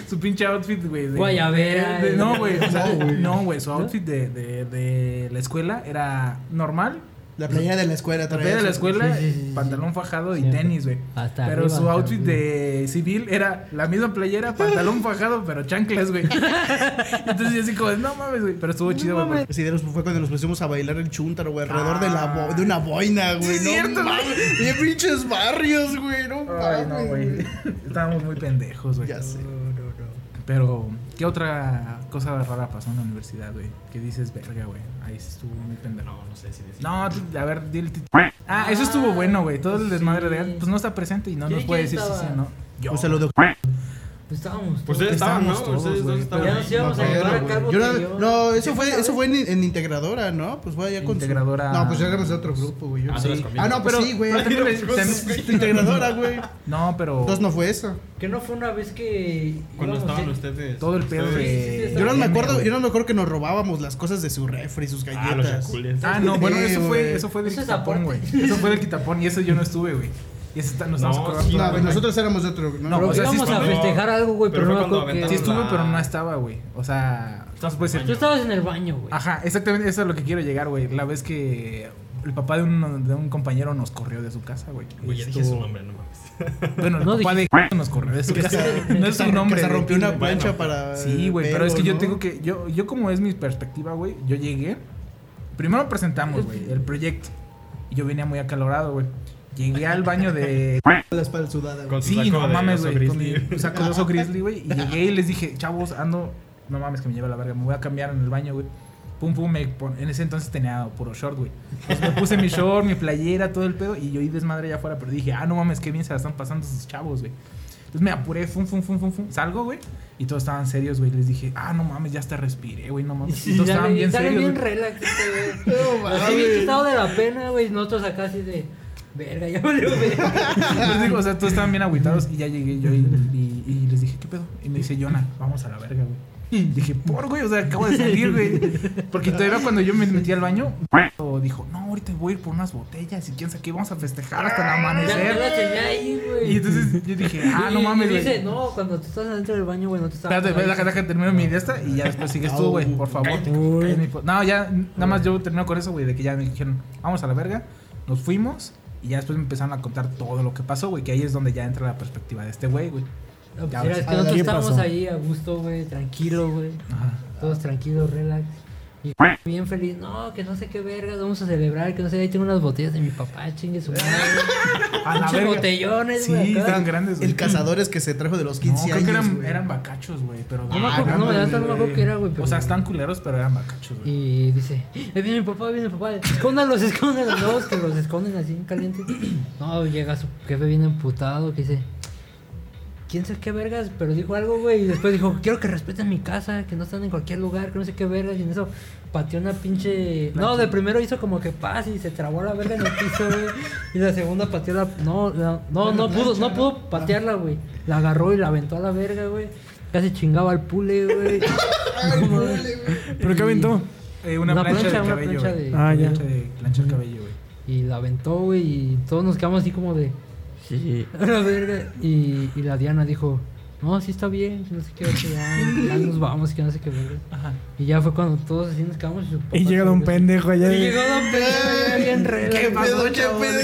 A: su pinche outfit, güey. de-
F: Guayabera,
A: de- de- no,
F: eh.
A: güey. O sea,
D: No, güey.
A: no, güey. Su outfit de, de, de la escuela era normal.
D: La playera de la escuela,
A: La playera de la escuela,
F: Sí, sí, sí, sí.
A: pantalón fajado y
F: Siempre.
A: tenis, güey.
F: Hasta
A: Pero
F: arriba,
A: su
F: hasta
A: outfit
F: arriba.
A: de civil era la misma playera, pantalón fajado, pero chanclas, güey. Entonces yo así como, no mames, güey. Pero estuvo chido, güey. porque-
D: Sí, de los- pues, fue cuando nos pusimos a bailar el chuntaro, güey, alrededor de, la bo- de una boina, güey.
A: Ah. Sí,
D: no
A: cierto,
D: mames. Bien pinches barrios, güey, no
A: Ay, no,
D: mames.
A: güey. Estábamos muy pendejos, güey.
D: Ya sé.
A: Pero, ¿qué otra cosa rara pasó en la universidad, güey? Que dices, verga, güey. Ahí sí estuvo muy pendejo.
I: No, no sé si decir.
A: No, tú- a ver, dile. tú- Ah, eso estuvo bueno, güey. Todo el desmadre de. Pues no está presente y no
F: ¿Quién-
A: nos puede
F: quién
A: decir si sí o
F: estaba?
A: no. Yo.
D: Un saludo.
F: Pues estábamos.
I: Pues ustedes estaban, ¿no? Ustedes dos estaban.
F: Ya nos íbamos a llevar a cabo.
D: Yo no, no, eso fue, eso fue en, en integradora, ¿no? Pues fue allá con su-
A: Integradora.
D: No, pues éramos de otro grupo, güey. yo
I: Ah,
D: sí.
I: no las comí.
D: Ah, no, pero
A: Pues
D: sí,
A: sí,
D: güey.
A: pero también les-
D: Pues,
A: también-
D: Integradora, güey.
A: No, pero
D: Entonces no fue eso.
F: Que no fue una vez que.
I: Cuando
F: íbamos
I: estaban
F: en-
I: ustedes.
A: todo el pedo
I: ustedes-
F: sí,
A: de.
F: sí,
D: Yo no me acuerdo,
A: güey.
D: yo no me acuerdo que nos robábamos las cosas de su refri, sus galletas.
I: Ah, los yacules.
A: Ah, no, bueno,
D: Sí,
A: eso
D: güey.
A: fue, eso fue del
F: Eso es
A: quitapón, güey.
F: aporte.
A: Eso fue del quitapón y eso yo no estuve, güey. Y eso está- nos
I: No,
A: estamos acordando.
I: sí,
D: No,
A: ahora,
D: güey,
A: güey.
D: nosotros éramos de otro, ¿no?
A: No,
F: Pero
A: o sea, sí
F: íbamos a
I: cuando-
F: festejar algo, güey,
I: pero
F: pero,
I: fue
F: no me
I: cuando
F: acuerdo
A: Sí
F: que.
I: aventaron
A: estuve,
I: la-
A: pero no estaba, güey. O sea, entonces puede
F: Tú
A: ser.
F: estabas en el baño, güey.
A: Ajá, exactamente, eso es a lo que quiero llegar, güey. La vez que el papá de un, de un compañero nos corrió de su casa, güey.
I: Güey, ya dije
A: Estuvo-
I: su nombre, no mames.
A: Bueno, el
F: No
A: papá de nos corrió de su casa. No es su nombre.
D: Que se
A: güey.
D: rompió una plancha
I: Bueno.
D: para.
A: Sí, güey, pero es que yo
D: ¿no?
A: tengo que. Yo, yo como es mi perspectiva, güey, yo llegué. Primero presentamos, güey, el proyecto. Y yo venía muy acalorado, güey. Llegué al baño de.
D: La espalda sudada, güey.
I: Con su
A: Sí,
I: saco
A: no
I: de
A: mames,
I: oso
A: güey. Con mi
I: grizzly.
A: saco de oso grizzly, güey. Y llegué y les dije, chavos, ando. No mames, que me lleva la verga. Me voy a cambiar en el baño, güey. Pum, pum, me pon- en ese entonces tenía puro short, güey. Pues me puse mi short, mi playera, todo el pedo. Y yo y desmadre allá afuera. Pero dije, ah, no mames, qué bien se la están pasando esos chavos, güey. Entonces me apuré, fum, fum, fum, fum, fum. Salgo, güey. Y todos estaban serios, güey. Les dije, ah, no mames, ya hasta respiré, güey, no mames. Y todos
F: Ya
A: estaban
F: le-
A: bien
F: sale
A: serios.
F: bien
A: güey.
F: relax este, güey. Así bien quitado de la pena, güey. Nosotros acá así de. Verga, ya valió verga.
A: Les digo, o sea, todos estaban bien agüitados y ya llegué yo y, y- y les dije, ¿qué pedo? Y me dice, Jonah, vamos a la verga, güey. Y dije, por güey, o sea, acabo de salir, güey. Porque todavía cuando yo me metí al baño, dijo, no, ahorita voy a ir por unas botellas y quién sabe qué, vamos a festejar hasta el
F: Ah, Ya me la
A: amanecer.
F: tenía ahí, güey.
A: Y entonces yo dije, ah,
F: Y-
A: no mames,
F: y Dice,
A: güey.
F: no, cuando tú estás adentro del baño, güey, no te estás.
A: Espérate, ve, deja, deja, termino mi de esta y ya después sigues tú, güey, por favor. Es mi po- No, ya, nada más yo termino con eso, güey, de que ya me dijeron, vamos a la verga, nos fuimos y ya después me empezaron a contar todo lo que pasó, güey, que ahí es donde ya entra la perspectiva de este güey, güey.
F: No, pues
A: Ya
F: era
A: ves.
F: que
C: Ah,
F: nosotros
C: ¿qué
F: estábamos
C: pasó?
F: ahí a gusto, güey, tranquilo, güey.
A: Ajá.
F: Todos tranquilos, relax. Y bien feliz, no, que no sé qué vergas, vamos a celebrar, que no sé, ahí tengo unas botellas de mi papá, chingue su madre.
A: A la
F: Pinche
A: verga.
F: botellones, güey.
A: Sí,
F: acá.
A: estaban grandes, güey.
D: El cazadores que se trajo de los
A: No,
D: 15
A: creo
D: años.
A: que eran,
D: güey.
A: eran bacachos, güey, pero...
F: No me acuerdo,
A: Ah,
F: no me
A: güey.
F: acuerdo, no me acuerdo qué era, güey. pero-
A: O sea, están culeros, pero eran bacachos, güey.
F: Y dice, ahí viene mi papá, ahí viene mi papá. Escóndanlos, escóndanlos. No, que los esconden así en caliente. No, llega su jefe bien emputado que dice, quién sabe qué vergas, pero dijo algo, güey. Y después dijo, quiero que respeten mi casa, que no están en cualquier lugar, que no sé qué vergas. Y en eso pateó una pinche... No, de primero hizo como que paz y se trabó la verga en el piso, güey. Y la segunda pateó la... No, la- no, no pudo, no pudo patearla, güey. La agarró y la aventó a la verga, güey. Casi chingaba al pule, güey.
C: ¿Pero qué aventó?
A: Eh, una,
F: Una
A: plancha,
F: plancha,
A: de
F: una
A: cabello,
F: plancha
A: güey.
F: de-
C: Ah, ya.
A: Plancha de planchar cabello, güey.
F: Y la aventó, güey, y todos nos quedamos así como de... Sí. La verga. Y, y la Diana dijo, no, sí está bien, que no sé qué, que ya, ya nos vamos, que no sé qué verga.
A: Ajá.
F: Y ya fue cuando todos así nos quedamos. su papá
C: Y llega
F: se
C: don
F: regresó.
C: pendejo allá.
F: Y
C: de-
F: llegó Don Pendejo, ya bien relax.
D: ¿Qué pedo, qué
F: chavos?
D: pedo?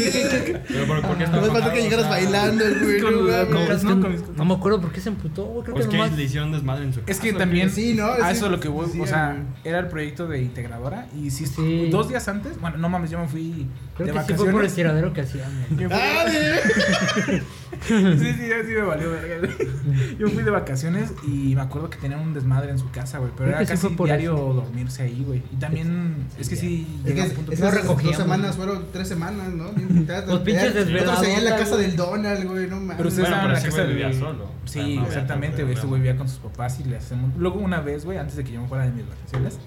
F: ¿Qué-
I: Pero ¿por, por qué
D: No
I: estaban
D: me falta que
I: parados?
D: llegaras
I: O sea,
D: bailando, güey.
A: Con-
D: no mames.
A: con-
F: qué-
A: Pues
F: qué-
A: no, con-
F: No me acuerdo por qué se emputó, güey, creo
I: Pues
F: que
I: que
F: nomás...
I: le hicieron desmadre en su casa.
A: Es que también
D: Sí, ¿no?
A: a
D: Sí,
A: eso es lo que voy,
D: sí, eh.
A: o sea,
D: güey.
A: era el proyecto de integradora y si
F: Sí.
A: dos días antes, bueno, no mames, yo me fui de
F: Creo que sí
A: vacaciones.
F: fue por el tiradero que hacían. güey.
D: Ah, de-
A: Sí, sí, así me valió verga. güey. Yo fui de vacaciones y me acuerdo que tenían un desmadre en su casa, güey. Pero
F: Creo
A: era
F: que sí
A: casi
F: fue por
A: diario dormirse ahí, güey. Y también, es que sí,
D: Es que
A: llegaba un punto
D: es
A: que
D: que
A: no
D: esas
A: recogía.
D: Dos semanas fueron tres semanas, ¿no? Bien pintadas.
F: Los pinches
D: Otros
F: desvelados,
D: allá en la casa
F: güey.
D: del Donald, güey. No mames.
A: Pero ustedes
I: Bueno,
A: estaban
I: pero
A: en la
I: ese
A: casa
I: güey
A: de-
I: vivía solo.
A: Sí,
I: O sea, no había
A: exactamente,
I: tanto
A: güey. Ese güey
I: problema.
A: vivía con sus papás y le hacemos. Luego, una vez, güey, antes de que yo me fuera de mis vacaciones.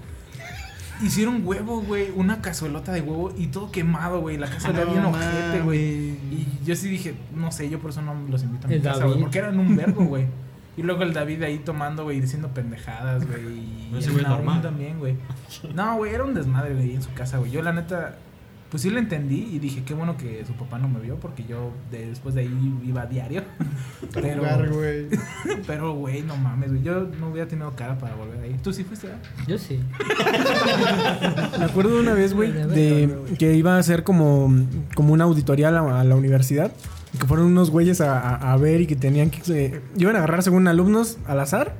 A: Hicieron huevo, güey, una cazuelota de huevo y todo quemado, güey. La casa era
D: No
A: bien ojete, güey.
D: mames.
A: Y yo sí dije, no sé, yo por eso no los invito a mi
F: El
A: casa,
F: David.
A: güey. Porque eran un vergo, güey. Y luego el David ahí tomando, güey, diciendo pendejadas, güey. y
I: Ese
A: era
I: güey
A: una
I: normal.
A: onda también, güey. No, güey, era un desmadre, güey, en su casa, güey. Yo, la neta, pues sí lo entendí y dije, qué bueno que su papá no me vio porque yo de- después de ahí iba a diario. Pero,
D: Jugar, güey.
A: pero, güey, no mames, güey. Yo no hubiera tenido cara para volver ahí. Tú sí fuiste, ah? ¿verdad?
F: Yo sí.
C: Me acuerdo de una vez, güey, de que iba a hacer como, como una auditoría a la, a la universidad. y Que fueron unos güeyes a, a- a ver y que tenían que. eh, iban a agarrar según alumnos al azar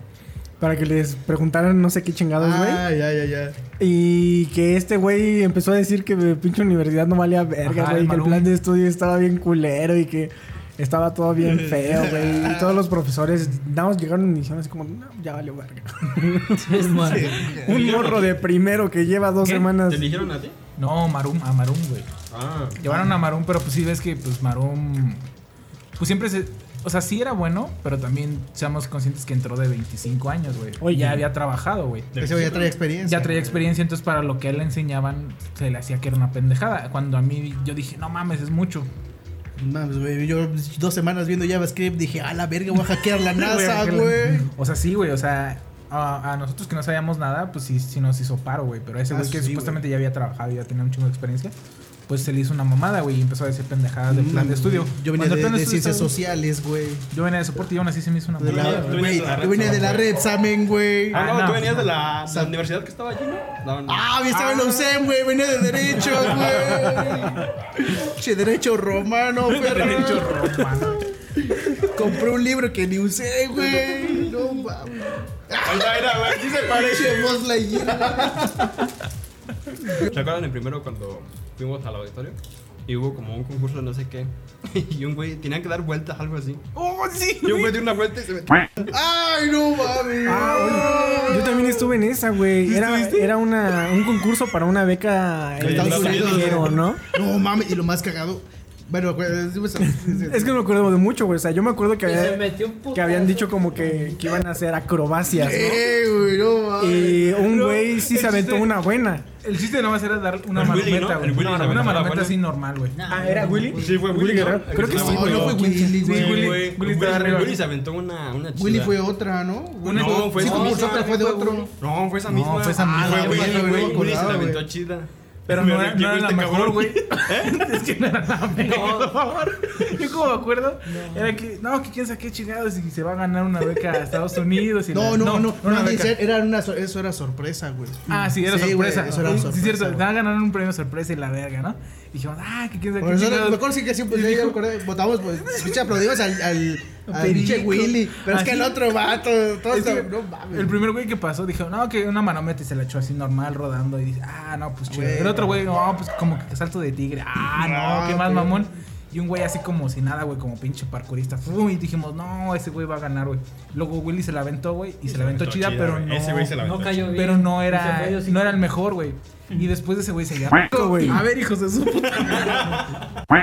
C: para que les preguntaran no sé qué chingados, güey.
D: Ah, ya, ya, ya.
C: Y que este güey empezó a decir que pinche universidad no valía verga,
A: Ajá,
C: güey.
A: el
C: Que el
A: Maluma.
C: plan de estudio estaba bien culero y que estaba todo bien feo, güey. Y todos los profesores, nada más llegaron y dijeron así como, no, ya valió verga.
F: Es más.
C: Un morro de primero que lleva dos
A: ¿Qué?
C: semanas.
I: ¿Te eligieron a ti?
A: No, Marum, a Marum, güey.
I: Ah.
A: Llevaron a Marum, pero pues sí ves que pues Marum pues siempre se o sea, sí era bueno, pero también seamos conscientes que entró de 25 años, güey.
D: Oye.
A: ya había trabajado, güey.
D: Ese güey ya traía experiencia.
A: Ya traía experiencia, entonces para lo que a él le enseñaban se le hacía que era una pendejada. Cuando a mí yo dije, no mames, es mucho.
D: Mames, güey, yo dos semanas viendo JavaScript dije, a la verga, voy a hackear la
A: Voy a
D: NASA,
A: hackear la-
D: güey.
A: O sea, sí, güey, o sea, a, a nosotros que no sabíamos nada, pues sí, sí nos hizo paro, güey. Pero a ese
D: Ah,
A: güey que
D: sí,
A: supuestamente ya había trabajado y ya tenía un chingo de experiencia, pues se le hizo una mamada, güey, y empezó a decir pendejadas del plan de estudio.
D: Mm, Yo venía
A: Cuando el
D: de,
A: plan
D: de
A: estudio
D: ciencias
A: estaba-
D: sociales, güey.
A: Yo venía de soporte y aún así se me hizo una
D: De la-
A: mamada. güey.
D: güey,
I: de la red
D: Yo venía de la red examen, güey.
I: Ah, no, tú venías de
D: la.
I: la, la universidad que estaba allí, ¿no? No, no.
D: Ah, estaba en la UCEM, güey. Venía de derecho, güey. Che, derecho romano, perro.
A: Derecho romano.
D: Compré un libro que ni usé, güey. No mames.
I: Ahí está, mira, güey, aquí se
D: Che,
I: parece.
D: Buzz Lightyear.
I: ¿Se acuerdan en primero cuando fuimos al auditorio? Y hubo como un concurso de no sé qué. Y un güey, tenían que dar vueltas, algo así.
A: ¡Oh, sí!
I: Y un güey dio una vuelta y se metió.
D: Ay, no mames.
C: Ah. Yo también estuve en esa, güey. Era, era una, un concurso para una beca en
D: En Estados
C: el
D: Unidos,
C: extranjero,
D: güey.
C: ¿no?
D: No mames, y lo más cagado. Bueno, güey, es- es- es-
C: Es que no me acuerdo de mucho, güey. O sea, yo me acuerdo que,
F: Y se
C: había-
F: metió un putazo.
C: que habían dicho como que, que iban a hacer acrobacias, ¿no?
D: Eh, güey, no mames.
C: Y un
A: No,
C: güey sí se
A: el
C: aventó
A: chiste-
C: una buena.
A: El chiste nomás era dar una
I: El Willy,
A: marometa,
I: ¿no?
A: güey.
I: El Willy
A: No, no, una
I: se aventaba la
A: marometa
I: bola.
A: así normal, güey.
F: Ah, ¿era Willy?
I: Sí, fue Willy, ¿no?
C: Guerrero. Creo que sí,
D: No, no fue Willy,
A: Sí,
D: güey.
A: Willy,
I: Güey,
A: Willy
I: Willy,
A: estaba arriba.
I: Willy se aventó una, una chida.
D: Willy fue otra, ¿no?
I: Una- no, fue
D: sí,
I: esa
D: como
I: misma.
D: otra, fue de otro.
I: No, fue esa
A: No,
I: misma. Ah,
A: fue esa misma,
I: Fue
D: güey,
I: Willy,
D: no me
I: güey. Willy se la
D: acordaba,
I: aventó
D: güey.
I: chida.
A: Pero
I: Me
A: no era,
I: arrepiento,
A: no era la
I: este
A: mejor,
I: cabrón.
A: güey. es que no era la mejor. Yo como me acuerdo, era que, no, que quién sabe qué chingados y se va a ganar una beca a Estados Unidos. Y
D: No,
A: la-
D: no, no, no,
A: era
D: no,
A: una beca.
D: dice, era una, sor- eso era sorpresa, güey.
A: Ah, sí, era
D: güey,
A: sorpresa.
D: eso era
A: Sí,
D: sorpresa.
A: Sí, cierto,
D: güey.
A: estaba ganando un premio sorpresa y la verga, ¿no? Y dijimos, ah, que quién sabe
D: Por
A: qué
D: eso
A: chingados.
D: me acuerdo sí que siempre yo me acuerdo, votamos, pues, pinche aplaudimos al, al, al
A: Perico.
D: pinche Willy. Pero es que
A: Así.
D: el otro vato, todo
A: Es que
D: no mames.
A: el primer güey que pasó dijo, no, que una manometa y se la echó así normal rodando. Y dije, ah, no, pues chido.
D: Güey.
A: El otro güey, no, pues como que salto de tigre. Ah, no,
D: Ah,
A: qué más
D: ok.
A: mamón. Y un güey así como si nada, güey, como pinche parkourista. Fum, Y dijimos, no, ese güey va a ganar, güey. Luego Willy se la aventó, güey, y se la aventó chida, pero
I: güey.
A: no.
I: Ese güey se la
F: No
I: aventó.
F: cayó bien.
A: Pero no
F: Y se
A: era,
F: fue, yo sí-
A: no era el mejor, güey. Y después de ese güey seguía. A ver, hijos de su puta.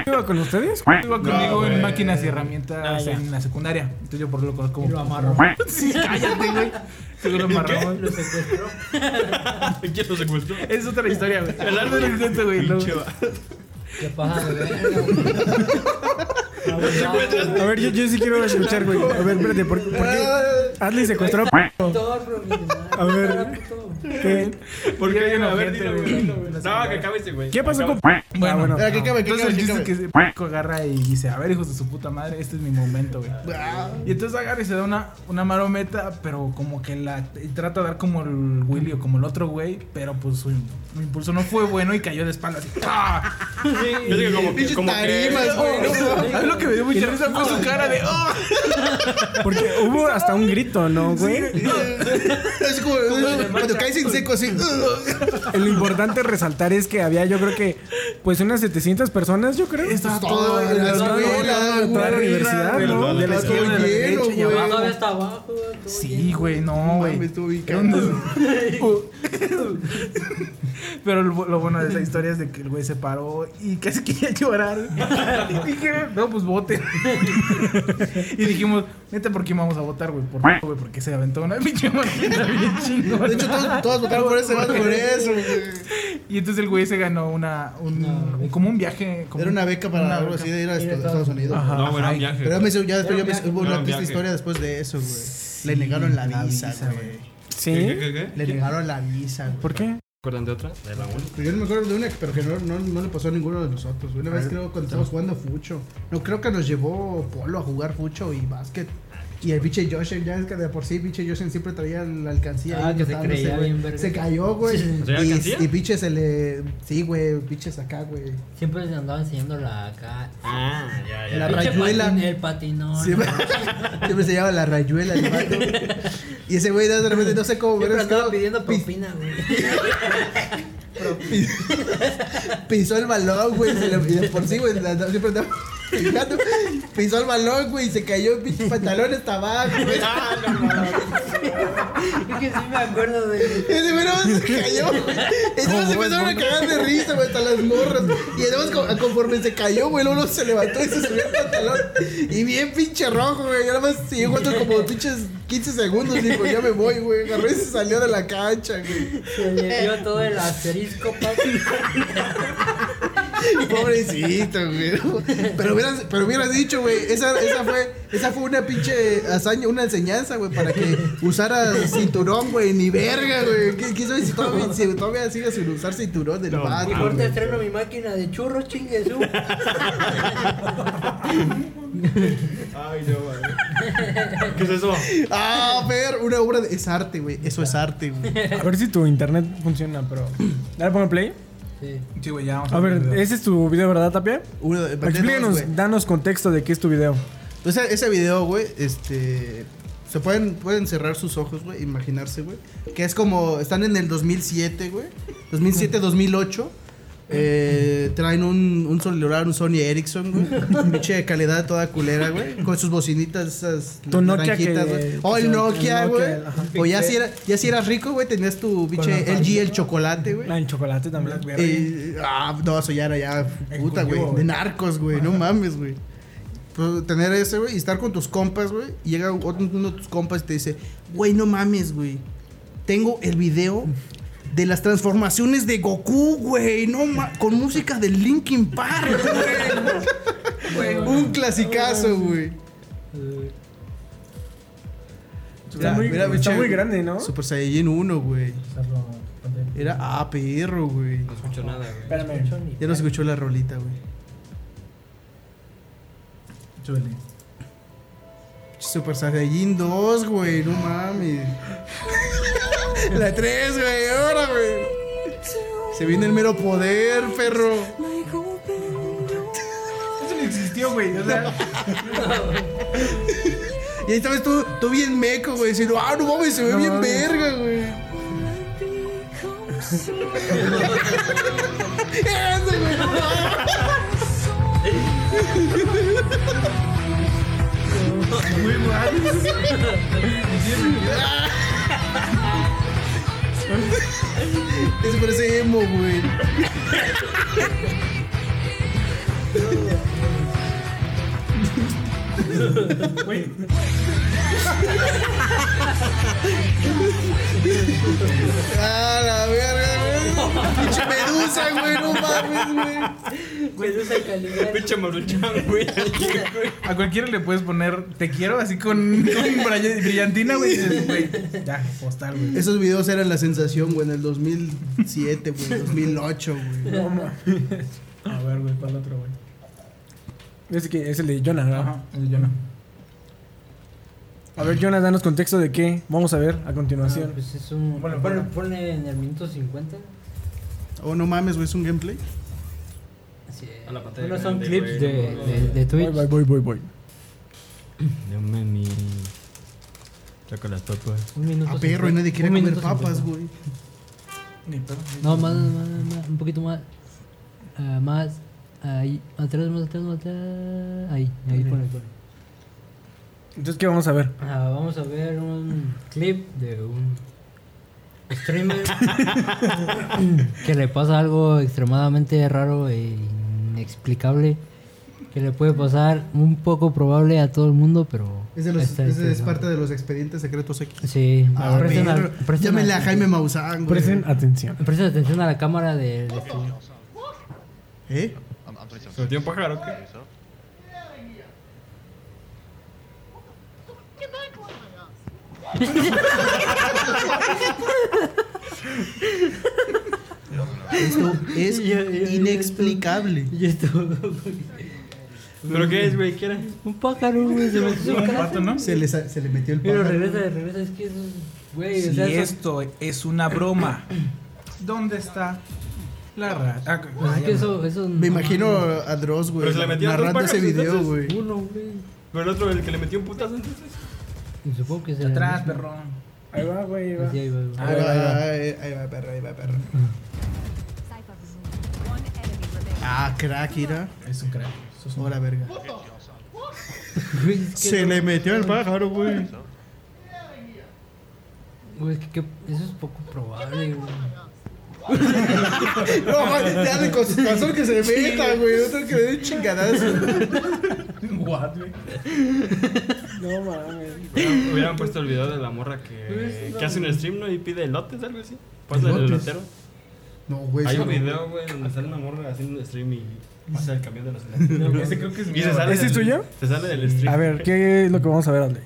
C: ¿Iba con ustedes?
A: Iba conmigo en
I: güey.
A: máquinas y herramientas
C: ya.
A: en la secundaria. Entonces yo por lo conozco como.
F: Ah,
A: pues,
F: Y lo amarró.
A: Sí, cállate, güey. Seguro amarró.
F: Lo secuestró.
I: ¿Quién lo secuestró?
A: Es otra historia, güey. El árbol es esto, güey. luego.
I: Pinche va-
F: Qué paja de verga, güey. La verdad,
C: A ver, yo, yo sí quiero escuchar, güey. A ver, espérate, ¿por, por qué? Adley secuestró a p-
F: güey. Torro, güey.
C: A ver. ¿Qué,
I: ¿Por
A: Ya
I: qué?
A: viene
I: A ver,
A: gente,
I: dilo,
A: güey.
I: güey. dilo, güey. No, que acabe ese güey.
C: ¿Qué pasó con
I: Acabe.
C: p-? Ah,
A: Bueno,
C: bueno.
D: Espera, que acabe, que
A: Entonces
D: acabe,
A: el
D: que
A: chiste es que
D: acabe.
A: ese p***o agarra y dice, a ver, hijos de su puta madre, este es mi momento, güey.
D: Ah,
A: Y entonces agarra y se da una, una marometa, pero como que la y trata de dar como el Willy o como el otro güey, pero pues su, su impulso no fue bueno y cayó de espaldas. así, ¡ah!
I: Yo digo como que.
D: Pinches
I: Como que
D: tarimas, güey. no mames.
A: A mí lo que me dio mucha risa fue su cara de ¡oh!
C: Porque hubo hasta un grito, ¿no, güey?
D: Es como cuando caes en seco así.
C: Lo importante resaltar es que había, yo creo que, pues unas 700 personas, yo creo.
A: Estaba
D: todo en la
A: todo-
D: escuela,
A: todo- toda la
D: güey.
A: universidad, ¿no? De la
D: Todo
A: izquierda, de la
D: lleno,
A: derecha y
D: güey.
A: abajo.
F: Todavía está abajo, güey. todo
A: Sí,
F: lleno.
A: güey, no, güey.
D: Mames, estuvo bien
A: Era un des-
D: cagado.
A: Pero lo, lo bueno de esa historia es de que el güey se paró y casi quería llorar. Y dijeron, no, pues voten. y dijimos, neta, ¿por quién vamos a votar, güey? Por güey, porque se aventó una pinche máquina bien chingona.
D: De hecho, todos, todos votaron por ese vato, por eso. güey.
A: Y entonces el güey se ganó una, un,
F: No.
A: como un viaje. Como
D: Era una beca para
A: una
D: algo así de ir a Estados Unidos.
A: Ajá.
I: No, bueno, un viaje.
D: Pero ya me hizo- ya después
F: Era un
D: ya me hizo-
F: viaje.
D: hubo
I: Era
D: una
I: un
D: triste
I: viaje.
D: historia después de eso, güey. Le negaron la
A: la
D: visa,
A: visa,
D: güey.
I: ¿Qué,
C: Sí.
I: qué, qué?
D: Le negaron la visa, güey.
C: ¿Por qué?
I: ¿Recuerdan de otra? De la uni.
D: Pero yo no me acuerdo de una, pero que no, no, no le pasó a ninguno de nosotros. güey. Una vez creo cuando estábamos jugando Fucho. No, creo que nos llevó Polo a jugar Fucho y básquet. Y el pinche Joshen, ya es que de por sí, pinche Joshen siempre traía la alcancía.
F: Ah,
D: ahí
F: que se
D: botándose,
F: creía
D: güey.
F: bien verga.
D: Se cayó, güey.
I: ¿Traía alcancía?
D: Y, y pinche se le. Sí, güey, pinches acá, güey.
F: Siempre se andaba enseñando la acá.
I: Ah, ya,
D: La
I: ya.
F: Pinche
D: rayuela.
F: patín, El patinón.
D: Siempre, siempre se llevaba la rayuela el vato. Y ese güey de repente no sé cómo.
F: Siempre
D: pero es
F: andaba
D: que-
F: pidiendo
D: pis-
F: propina, güey.
D: pisó el balón, güey. se le- Y de por sí, güey, la- la- siempre andaba pegando. Pisó
F: Ah,
D: el balón, güey, y se cayó el pinche pantalón hasta abajo, güey.
F: que sí me acuerdo de.
D: Ese güey nada más se cayó, güey. Y nada más se empezaron a cagar de risa, güey, hasta las morras. Y además, co- conforme se cayó, güey, luego luego se levantó y se subió el pantalón. Y bien pinche rojo, güey. Yo nada más siguió jugando como pinches 15 segundos. Y dijo, ya me voy, güey. Agarró y se salió de la cancha, güey.
F: Se le dio todo el asterisco, papi.
D: Pobrecito, güey. Pero hubieras, pero hubieras dicho, güey, esa, esa, fue, esa fue una pinche hazaña, una enseñanza, güey, para que usara cinturón, güey, ni verga, güey. ¿Qué, qué sabes si todavía, si todavía sigue sin usar cinturón del vato?
F: Mejor te
D: güey?
F: estreno mi máquina de churros, chinguesú.
I: Ay, no, madre. ¿Qué es eso?
D: Ah, ver, una obra de... Es arte, güey. Eso es arte, güey.
C: A ver si tu internet funciona, pero. Dale, pongo play.
F: Sí.
A: Sí, güey, ya vamos
C: A ver,
A: video.
C: ese es tu video, ¿verdad, Tapia?
D: Uno de-
C: Explícanos,
D: dos, güey.
C: danos contexto de qué es tu video.
D: Entonces, ese video, güey, este. Se pueden, pueden cerrar sus ojos, güey, imaginarse, güey. Que es como. Están en el 2007, güey. 2007, 2008. Eh, traen un, un celular, un Sony Ericsson, güey. Pinche de calidad toda culera, güey. Con sus bocinitas, esas.
C: Tu Nokia que-
D: naranjitas, güey. O el
C: que-
D: Nokia,
C: el Nokia,
D: güey.
C: ajá.
D: O ya si, era, ya si eras rico, güey, tenías tu
C: la
D: pinche LG, el chocolate, güey.
C: Ah, el chocolate también.
D: Eh, ah, no, eso ya era ya puta, güey.
C: cultivo,
D: De
C: güey.
D: narcos, güey. No mames, güey. Pues, tener ese, güey, y estar con tus compas, güey. Y llega otro, uno de tus compas y te dice, güey, no mames, güey. Tengo el video de las transformaciones de Goku, güey. No ma- con música de Linkin Park, güey. Un clasicazo, güey.
C: Está muy- está
D: pinche-
C: muy grande, ¿no?
D: Super Saiyajin 1, güey. Era, ah, perro, güey.
I: No escucho nada, güey.
C: Espérame.
D: Ya no se escuchó la rolita, güey.
A: Súbele.
D: Super Saiyajin 2, güey, no mames. La 3, güey, ahora, güey. Se viene el mero poder, perro.
A: Eso no existió, güey. O sea,
D: Y ahí estabas tú, tú bien meco, güey, diciendo, ah, no mames, se ve bien verga, güey. Ese, güey, no mames. Ese parece emo, güey. Ah, la verga, güey. Pinche medusa, güey, no mames, güey.
F: Medusa y Caligari.
I: Pinche maruchan, güey.
A: a cualquiera le puedes poner te quiero así con, con bray- brillantina, güey. y dices, güey, ya, postal, güey.
D: Esos videos eran la sensación, güey, en el 2007, güey, 2008, güey.
C: No mames.
A: A ver, güey, ¿cuál otro, güey?
C: Es, que es el de Jonah, ¿verdad?
A: Ajá, el de Jonah.
C: A ver, Jonah, danos contexto de qué vamos a ver a
F: Ah,
C: continuación.
F: pues es un.
A: Ponle,
F: Ponle,
A: ponle.
F: ponle en el minuto 50.
D: Oh, no mames, güey, es un gameplay.
F: Sí.
I: A la pantalla
F: Bueno, son
I: grande,
F: clips de,
I: güey, no,
F: de,
I: no,
F: de Twitch.
C: voy, voy, voy, voy, voy.
I: No mami. Saca las papas.
F: Un minuto.
D: A perro y nadie quiere
F: Un
D: comer
F: minuto
D: papas,
F: 50.
D: güey.
A: Ni pedo.
F: No, más, más, más, un poquito más. Ah, más. Ahí. Atrás, más atrás, más atrás. Ahí, ahí ponle, ponle.
C: Entonces, ¿qué vamos a ver?
F: Ah, vamos a ver un clip de un streamer que le pasa algo extremadamente raro e inexplicable. Que le puede pasar un poco probable a todo el mundo, pero.
D: Es, de los,
F: está
D: ese es
F: interesante.
D: parte de los expedientes secretos X.
F: Sí,
D: Ah,
F: presten
D: perro.
F: al- presten
D: Llámenle a
F: al-
D: Jaime Maussan, güey.
C: Presten atención.
F: Presten atención a la cámara del. streamer.
D: ¿Eh?
I: ¿Se metió un pájaro o qué?
D: Esto es
F: Ya, ya, ya.
D: inexplicable.
F: Y esto.
I: ¿Pero qué es, güey? ¿Qué era?
F: Un pájaro, güey, se metió en su
A: Un
F: cara.
A: pato, ¿no?
D: Se le, sa- se le metió el
F: Pero
D: pájaro.
F: regresa, regresa, es que eso. es- Güey, o
A: Si
F: sea, son-
A: esto es una broma, ¿dónde está la rata? Ah,
F: Pues es
A: ya
F: que
A: me-
F: eso, eso
D: Me
F: no-
D: imagino a Dross, güey,
I: Pero se le metieron dos
D: narrando ese
I: pájaros,
D: video,
I: entonces.
D: güey.
F: Uno, güey.
I: Pero el otro, el que le metió un putazo entonces.
F: Y Supongo que será. el
A: Atrás,
F: mismo.
A: perro.
C: Ahí va, güey, ahí
F: Sí, ahí va, ahí va.
D: Ahí va, ahí va, ahí va, perro, ahí va, perro. Ah, crack, ira.
A: Es un crack. Eso es un-
D: Hola, verga.
F: Güey, es que
D: Se
F: no-
D: le metió el pájaro, güey.
F: Güey, que, que eso es poco probable, güey.
D: No, mames, ya de con su pastor que se meta, güey. Otro que le dé un chingadazo.
A: What, güey.
C: No mames.
I: Hubieran, hubieran puesto el video de la morra que, que hace un stream, Pues, ¿no? Y pide elotes, algo así. Pasa el
D: ¿Elotes?
I: elotero.
D: No,
C: Pues,
D: güey.
I: Hay
D: eso
I: un
D: no.
I: video, güey, donde sale una morra haciendo stream y pasa el camión de los elotes.
A: No, ese creo que es
I: Y
A: mío,
I: se sale
C: ¿Ese es
I: del-
C: tuyo?
I: Se sale del stream.
C: A ver, ¿qué es lo que vamos a ver, Andy?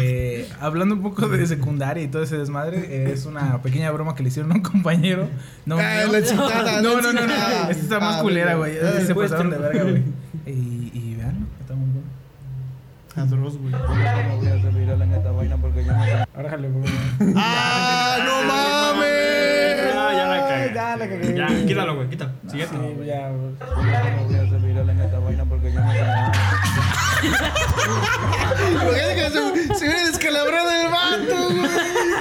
A: Eh, hablando un poco de secundaria y todo ese desmadre, eh, es una pequeña broma que le hicieron a un compañero. No,
D: Ah,
A: mío.
D: la chitada,
A: no, no,
D: la
A: no, no,
D: chitada.
A: Esta está más
D: Ah,
A: culera, güey.
D: güey.
A: Esta Se
F: Pues,
A: pasaron de
F: te-
A: verga, güey. Y, y veanlo, está muy bueno.
D: Adros, güey.
C: Ahora jale, güey.
D: ¡Ah, no mames!
I: No, ya la cagué.
C: Ya la cagué.
I: Ya, quítalo, güey, quítalo. Siguiente.
C: Sí, Pues ya, güey.
D: Imagínate que se, se hubiera descalabrado el vato, güey.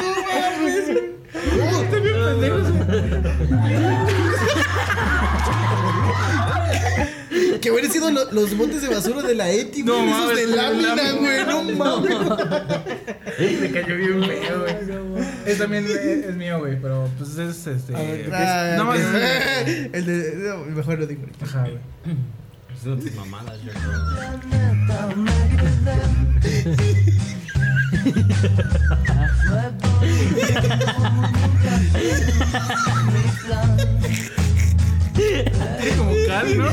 D: No mames. No, está bien pendejo. Que hubieran sido lo- los montes de basura de la Eti,
A: No
D: güey. esos
A: mames,
D: de
A: de
D: lámina,
A: lámina.
D: güey. No mames.
A: Me cayó bien feo, güey. Es también eh, es mío, güey, pero pues es este.
C: A ver,
D: Ah,
A: no más.
D: que- El de. no, mejor lo digo.
A: Ajá, güey.
I: Son tus mamadas, yo creo.
A: Como cal, ¿no?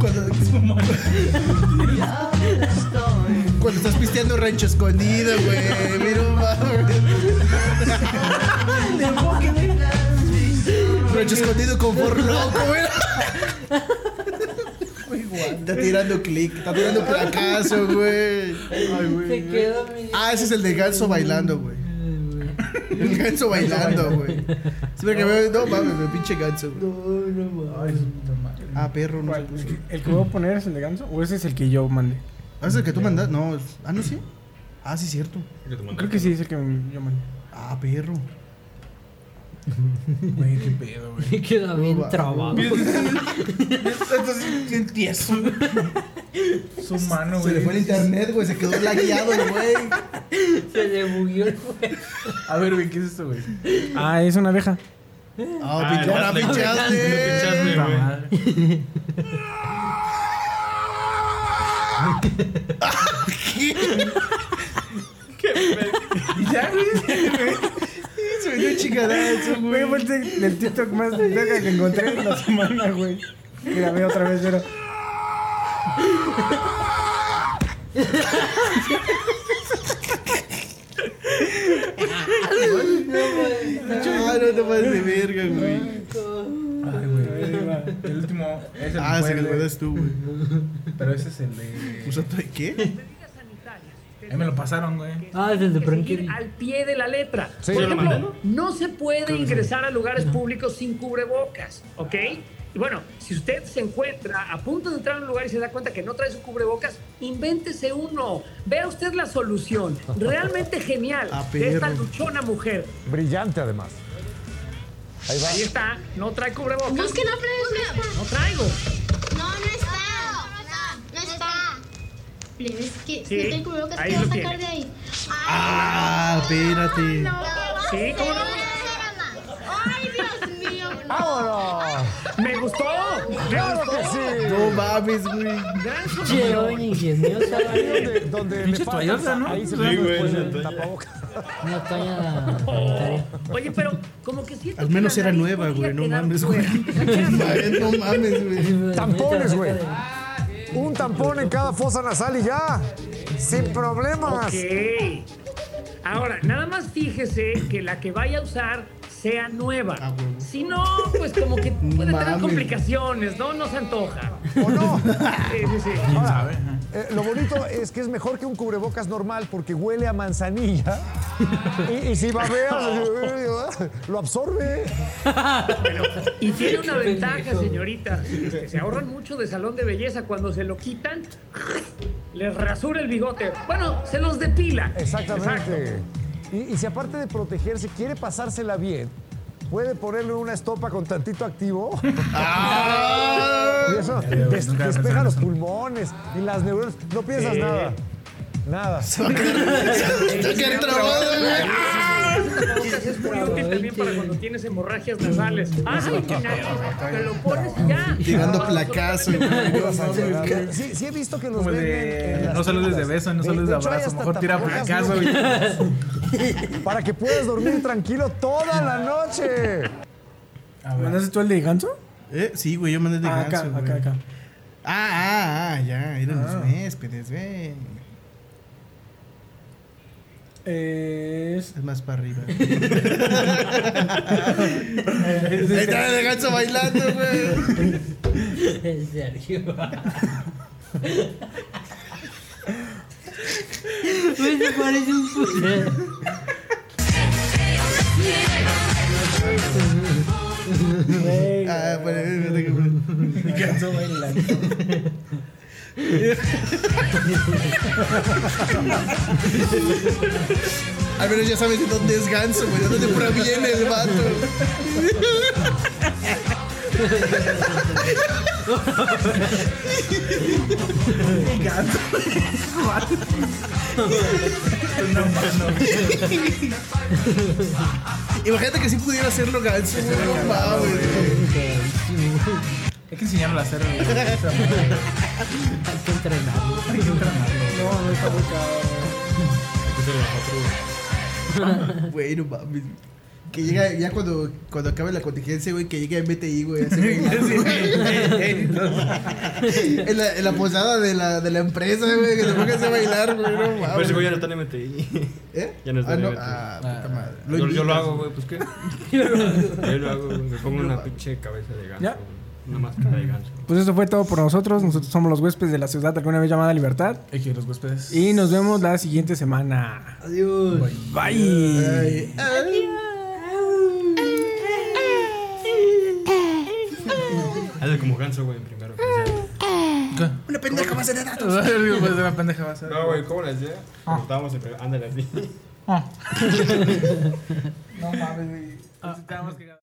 D: Cuando, cuando estás pisteando rancho escondido, güey. Mira, no mames. Rancho escondido con por loco, güey. Está tirando click, está tirando fracaso, güey. Ay,
F: Se
D: güey.
F: quedó mi.
D: Ah, ese es el de ganso bailando, güey.
F: Ay, güey.
D: El ganso bailando, güey. Siempre que veo, no mames, me pinche ganso, güey.
F: No, no, mames.
A: Ay, su puta madre.
D: Ah, perro, no.
A: ¿Cuál?
D: sé.
C: ¿El que voy a poner es el de Ganso o ese es el que yo mandé?
D: Ah, ¿Es el que tú mandas? No, es- ah, no, sí. Ah, sí, cierto.
C: Creo que sí es el que yo mandé.
D: Ah, perro.
A: Güey, qué pedo, güey.
F: Se queda bien
D: va.
F: trabado.
A: Entonces, bien tieso. Su mano,
D: Se
A: güey.
D: le fue el internet, güey. Se quedó lagueado el güey.
F: Se le bugueó el juego.
A: A ver, güey, ¿qué es esto, güey?
C: Ah, es una abeja.
D: Ah,
I: Ah,
D: pinche- ahora
I: le- le
D: pinchaste.
I: pinchaste, güey.
A: Y ya, güey.
D: Se me dio un chingadazo,
C: Güey, fue el tic- del TikTok más verga que encontré en la semana, güey. Que grabé otra vez, pero.
D: Ah, no te pases de verga, güey.
A: Ay, güey. El último es el
D: Ah, se
A: que
D: lo
A: puede,
D: puedes tú, güey.
A: Pero ese es el de.
D: ¿Usa tu- ¿Qué?
A: Ahí me lo pasaron, güey.
F: Ah, es el de Pranky.
K: al pie de la letra.
I: yo
K: Por
I: lo
K: ejemplo,
I: mandé,
K: no se puede ingresar a lugares públicos sin cubrebocas, ¿ok? Y bueno, si usted se encuentra a punto de entrar a un lugar y se da cuenta que no trae su cubrebocas, invéntese uno. Vea usted la solución. Realmente genial
D: Ah,
K: de esta
D: perro.
K: luchona mujer.
G: Brillante, además.
K: Ahí está, no trae cubrebocas.
L: Busquen a Fresno.
K: No traigo.
L: No, no está. No está. Plebes, que
K: Sí,
L: no te cubro que
K: ahí
L: te va a
K: lo
L: sacar
K: tiene.
L: de ahí.
D: Ah, espérate.
K: Sí, ¿cómo no?
L: Ay, Dios mío.
G: ¡Vámonos!
K: Me gustó. Me gustó.
D: No mames, güey.
F: Che, oye, ingeniosa.
G: Donde, donde le
A: Pinche toallota, ¿no?
G: Ahí se
A: Sí,
G: ve
I: güey,
G: después el
I: esa toalla.
G: tapabocas.
F: Una toalla sanitaria.
K: Oye, pero como que siento
D: Al
K: que
D: menos
K: la
D: era
K: nariz
D: nueva,
K: podría
D: güey. No
K: quedar
D: mames, güey. No mames, güey.
G: Tampones, güey.
F: Ah,
G: Un tampón en cada fosa nasal y ya. Sin problemas.
K: Ok. Ahora, nada más fíjese que la que vaya a usar sea nueva.
D: Ah, huevo.
K: Si no, pues como que puede tener
D: Mames.
K: complicaciones, ¿no? No se antoja.
G: ¿O no?
K: Sí, sí, sí.
G: Ahora, eh, lo bonito es que es mejor que un cubrebocas normal porque huele a manzanilla. Y, y si babeas, lo absorbe.
K: Y tiene una
F: Qué
K: ventaja,
F: pendejo.
K: señorita. que se ahorran mucho de salón de belleza cuando se lo quitan. Les rasura el bigote. Bueno, se los depila.
G: Exactamente.
K: Exacto.
G: Y, y si aparte de protegerse, quiere pasársela bien, puede ponerle una estopa con tantito activo. y eso
A: güey,
G: des-
A: nunca había pensado
G: despeja
A: en
G: los
A: eso.
G: pulmones y las neuronas. No piensas
K: Sí.
G: nada.
M: Nada.
K: Es muy útil también para cuando tienes hemorragias nasales. ¡Ay, qué nacho! Te lo pones y ya.
D: Tirando placazo, güey.
M: Sí, sí he visto que los
A: Como el
M: venden.
A: de,
M: en las
A: no saludes de
M: tiendas.
A: beso, no
M: De-
A: saludes
M: de
A: de
M: hecho, hay
A: abrazo.
M: hasta
A: Mejor tira
M: tapabocas,
A: fracaso.
M: güey.
A: güey.
M: Para que puedas dormir tranquilo toda la noche.
C: ¿Mandaste tú el de ganso?
D: Eh, sí, güey, yo mandé el de
C: Ah, acá,
D: ganso, güey.
C: acá, acá.
D: Ah, ah, ah, ya, eran
C: Ah.
D: los huéspedes, güey.
C: Es...
D: más para arriba. Ahí está el de ganso bailando, güey.
F: El Sergio. Güey, se parece un puto.
D: Ah, bueno, espérate que-
A: Ganso bailando.
D: Al menos ya sabes de dónde es ganso, güey. De dónde proviene el vato.
A: Ganso.
D: Imagínate que si pudiera hacerlo ganso, güey. No mames.
A: Hay que enseñarlo a hacer. güey. Esa madre.
F: Hay que entrenarlo.
A: Hay que entrenarlo.
C: No, no está muy
D: Güey, no mames. Que llega, ya cuando, cuando acabe la contingencia, güey, que llegue a MTI, güey. así, güey. en, la, en la posada de la, de la empresa, güey, que te pongas a bailar, güey, no mames.
I: Pero ese güey ya no está en MTI.
D: ¿Eh?
I: Ya no está
D: Ah,
I: en
D: no,
I: MTI.
D: ah, puta madre.
I: Yo-
D: Lo
I: yo, lo
D: invitas,
I: hago, güey,
D: güey.
I: pues qué.
D: Yo lo hago.
I: Yo lo hago, güey. Me pongo
D: No
I: una
D: mames.
I: pinche cabeza de ganso.
C: Ya.
I: güey. Una máscara de ganso.
C: Pues eso fue todo por nosotros. Nosotros somos los huéspedes de la ciudad alguna vez llamada Libertad.
A: Aquí los huéspedes.
C: Y nos vemos la siguiente semana.
F: Adiós.
C: Bye.
I: Hazle como ganso, güey, en primero.
D: Una pendeja base de datos.
A: Digo, pues, una pendeja va a ser.
I: No, güey, ¿cómo le hacía? Como Estábamos en primero. Ándale así.
A: No mames, güey. Necesitamos que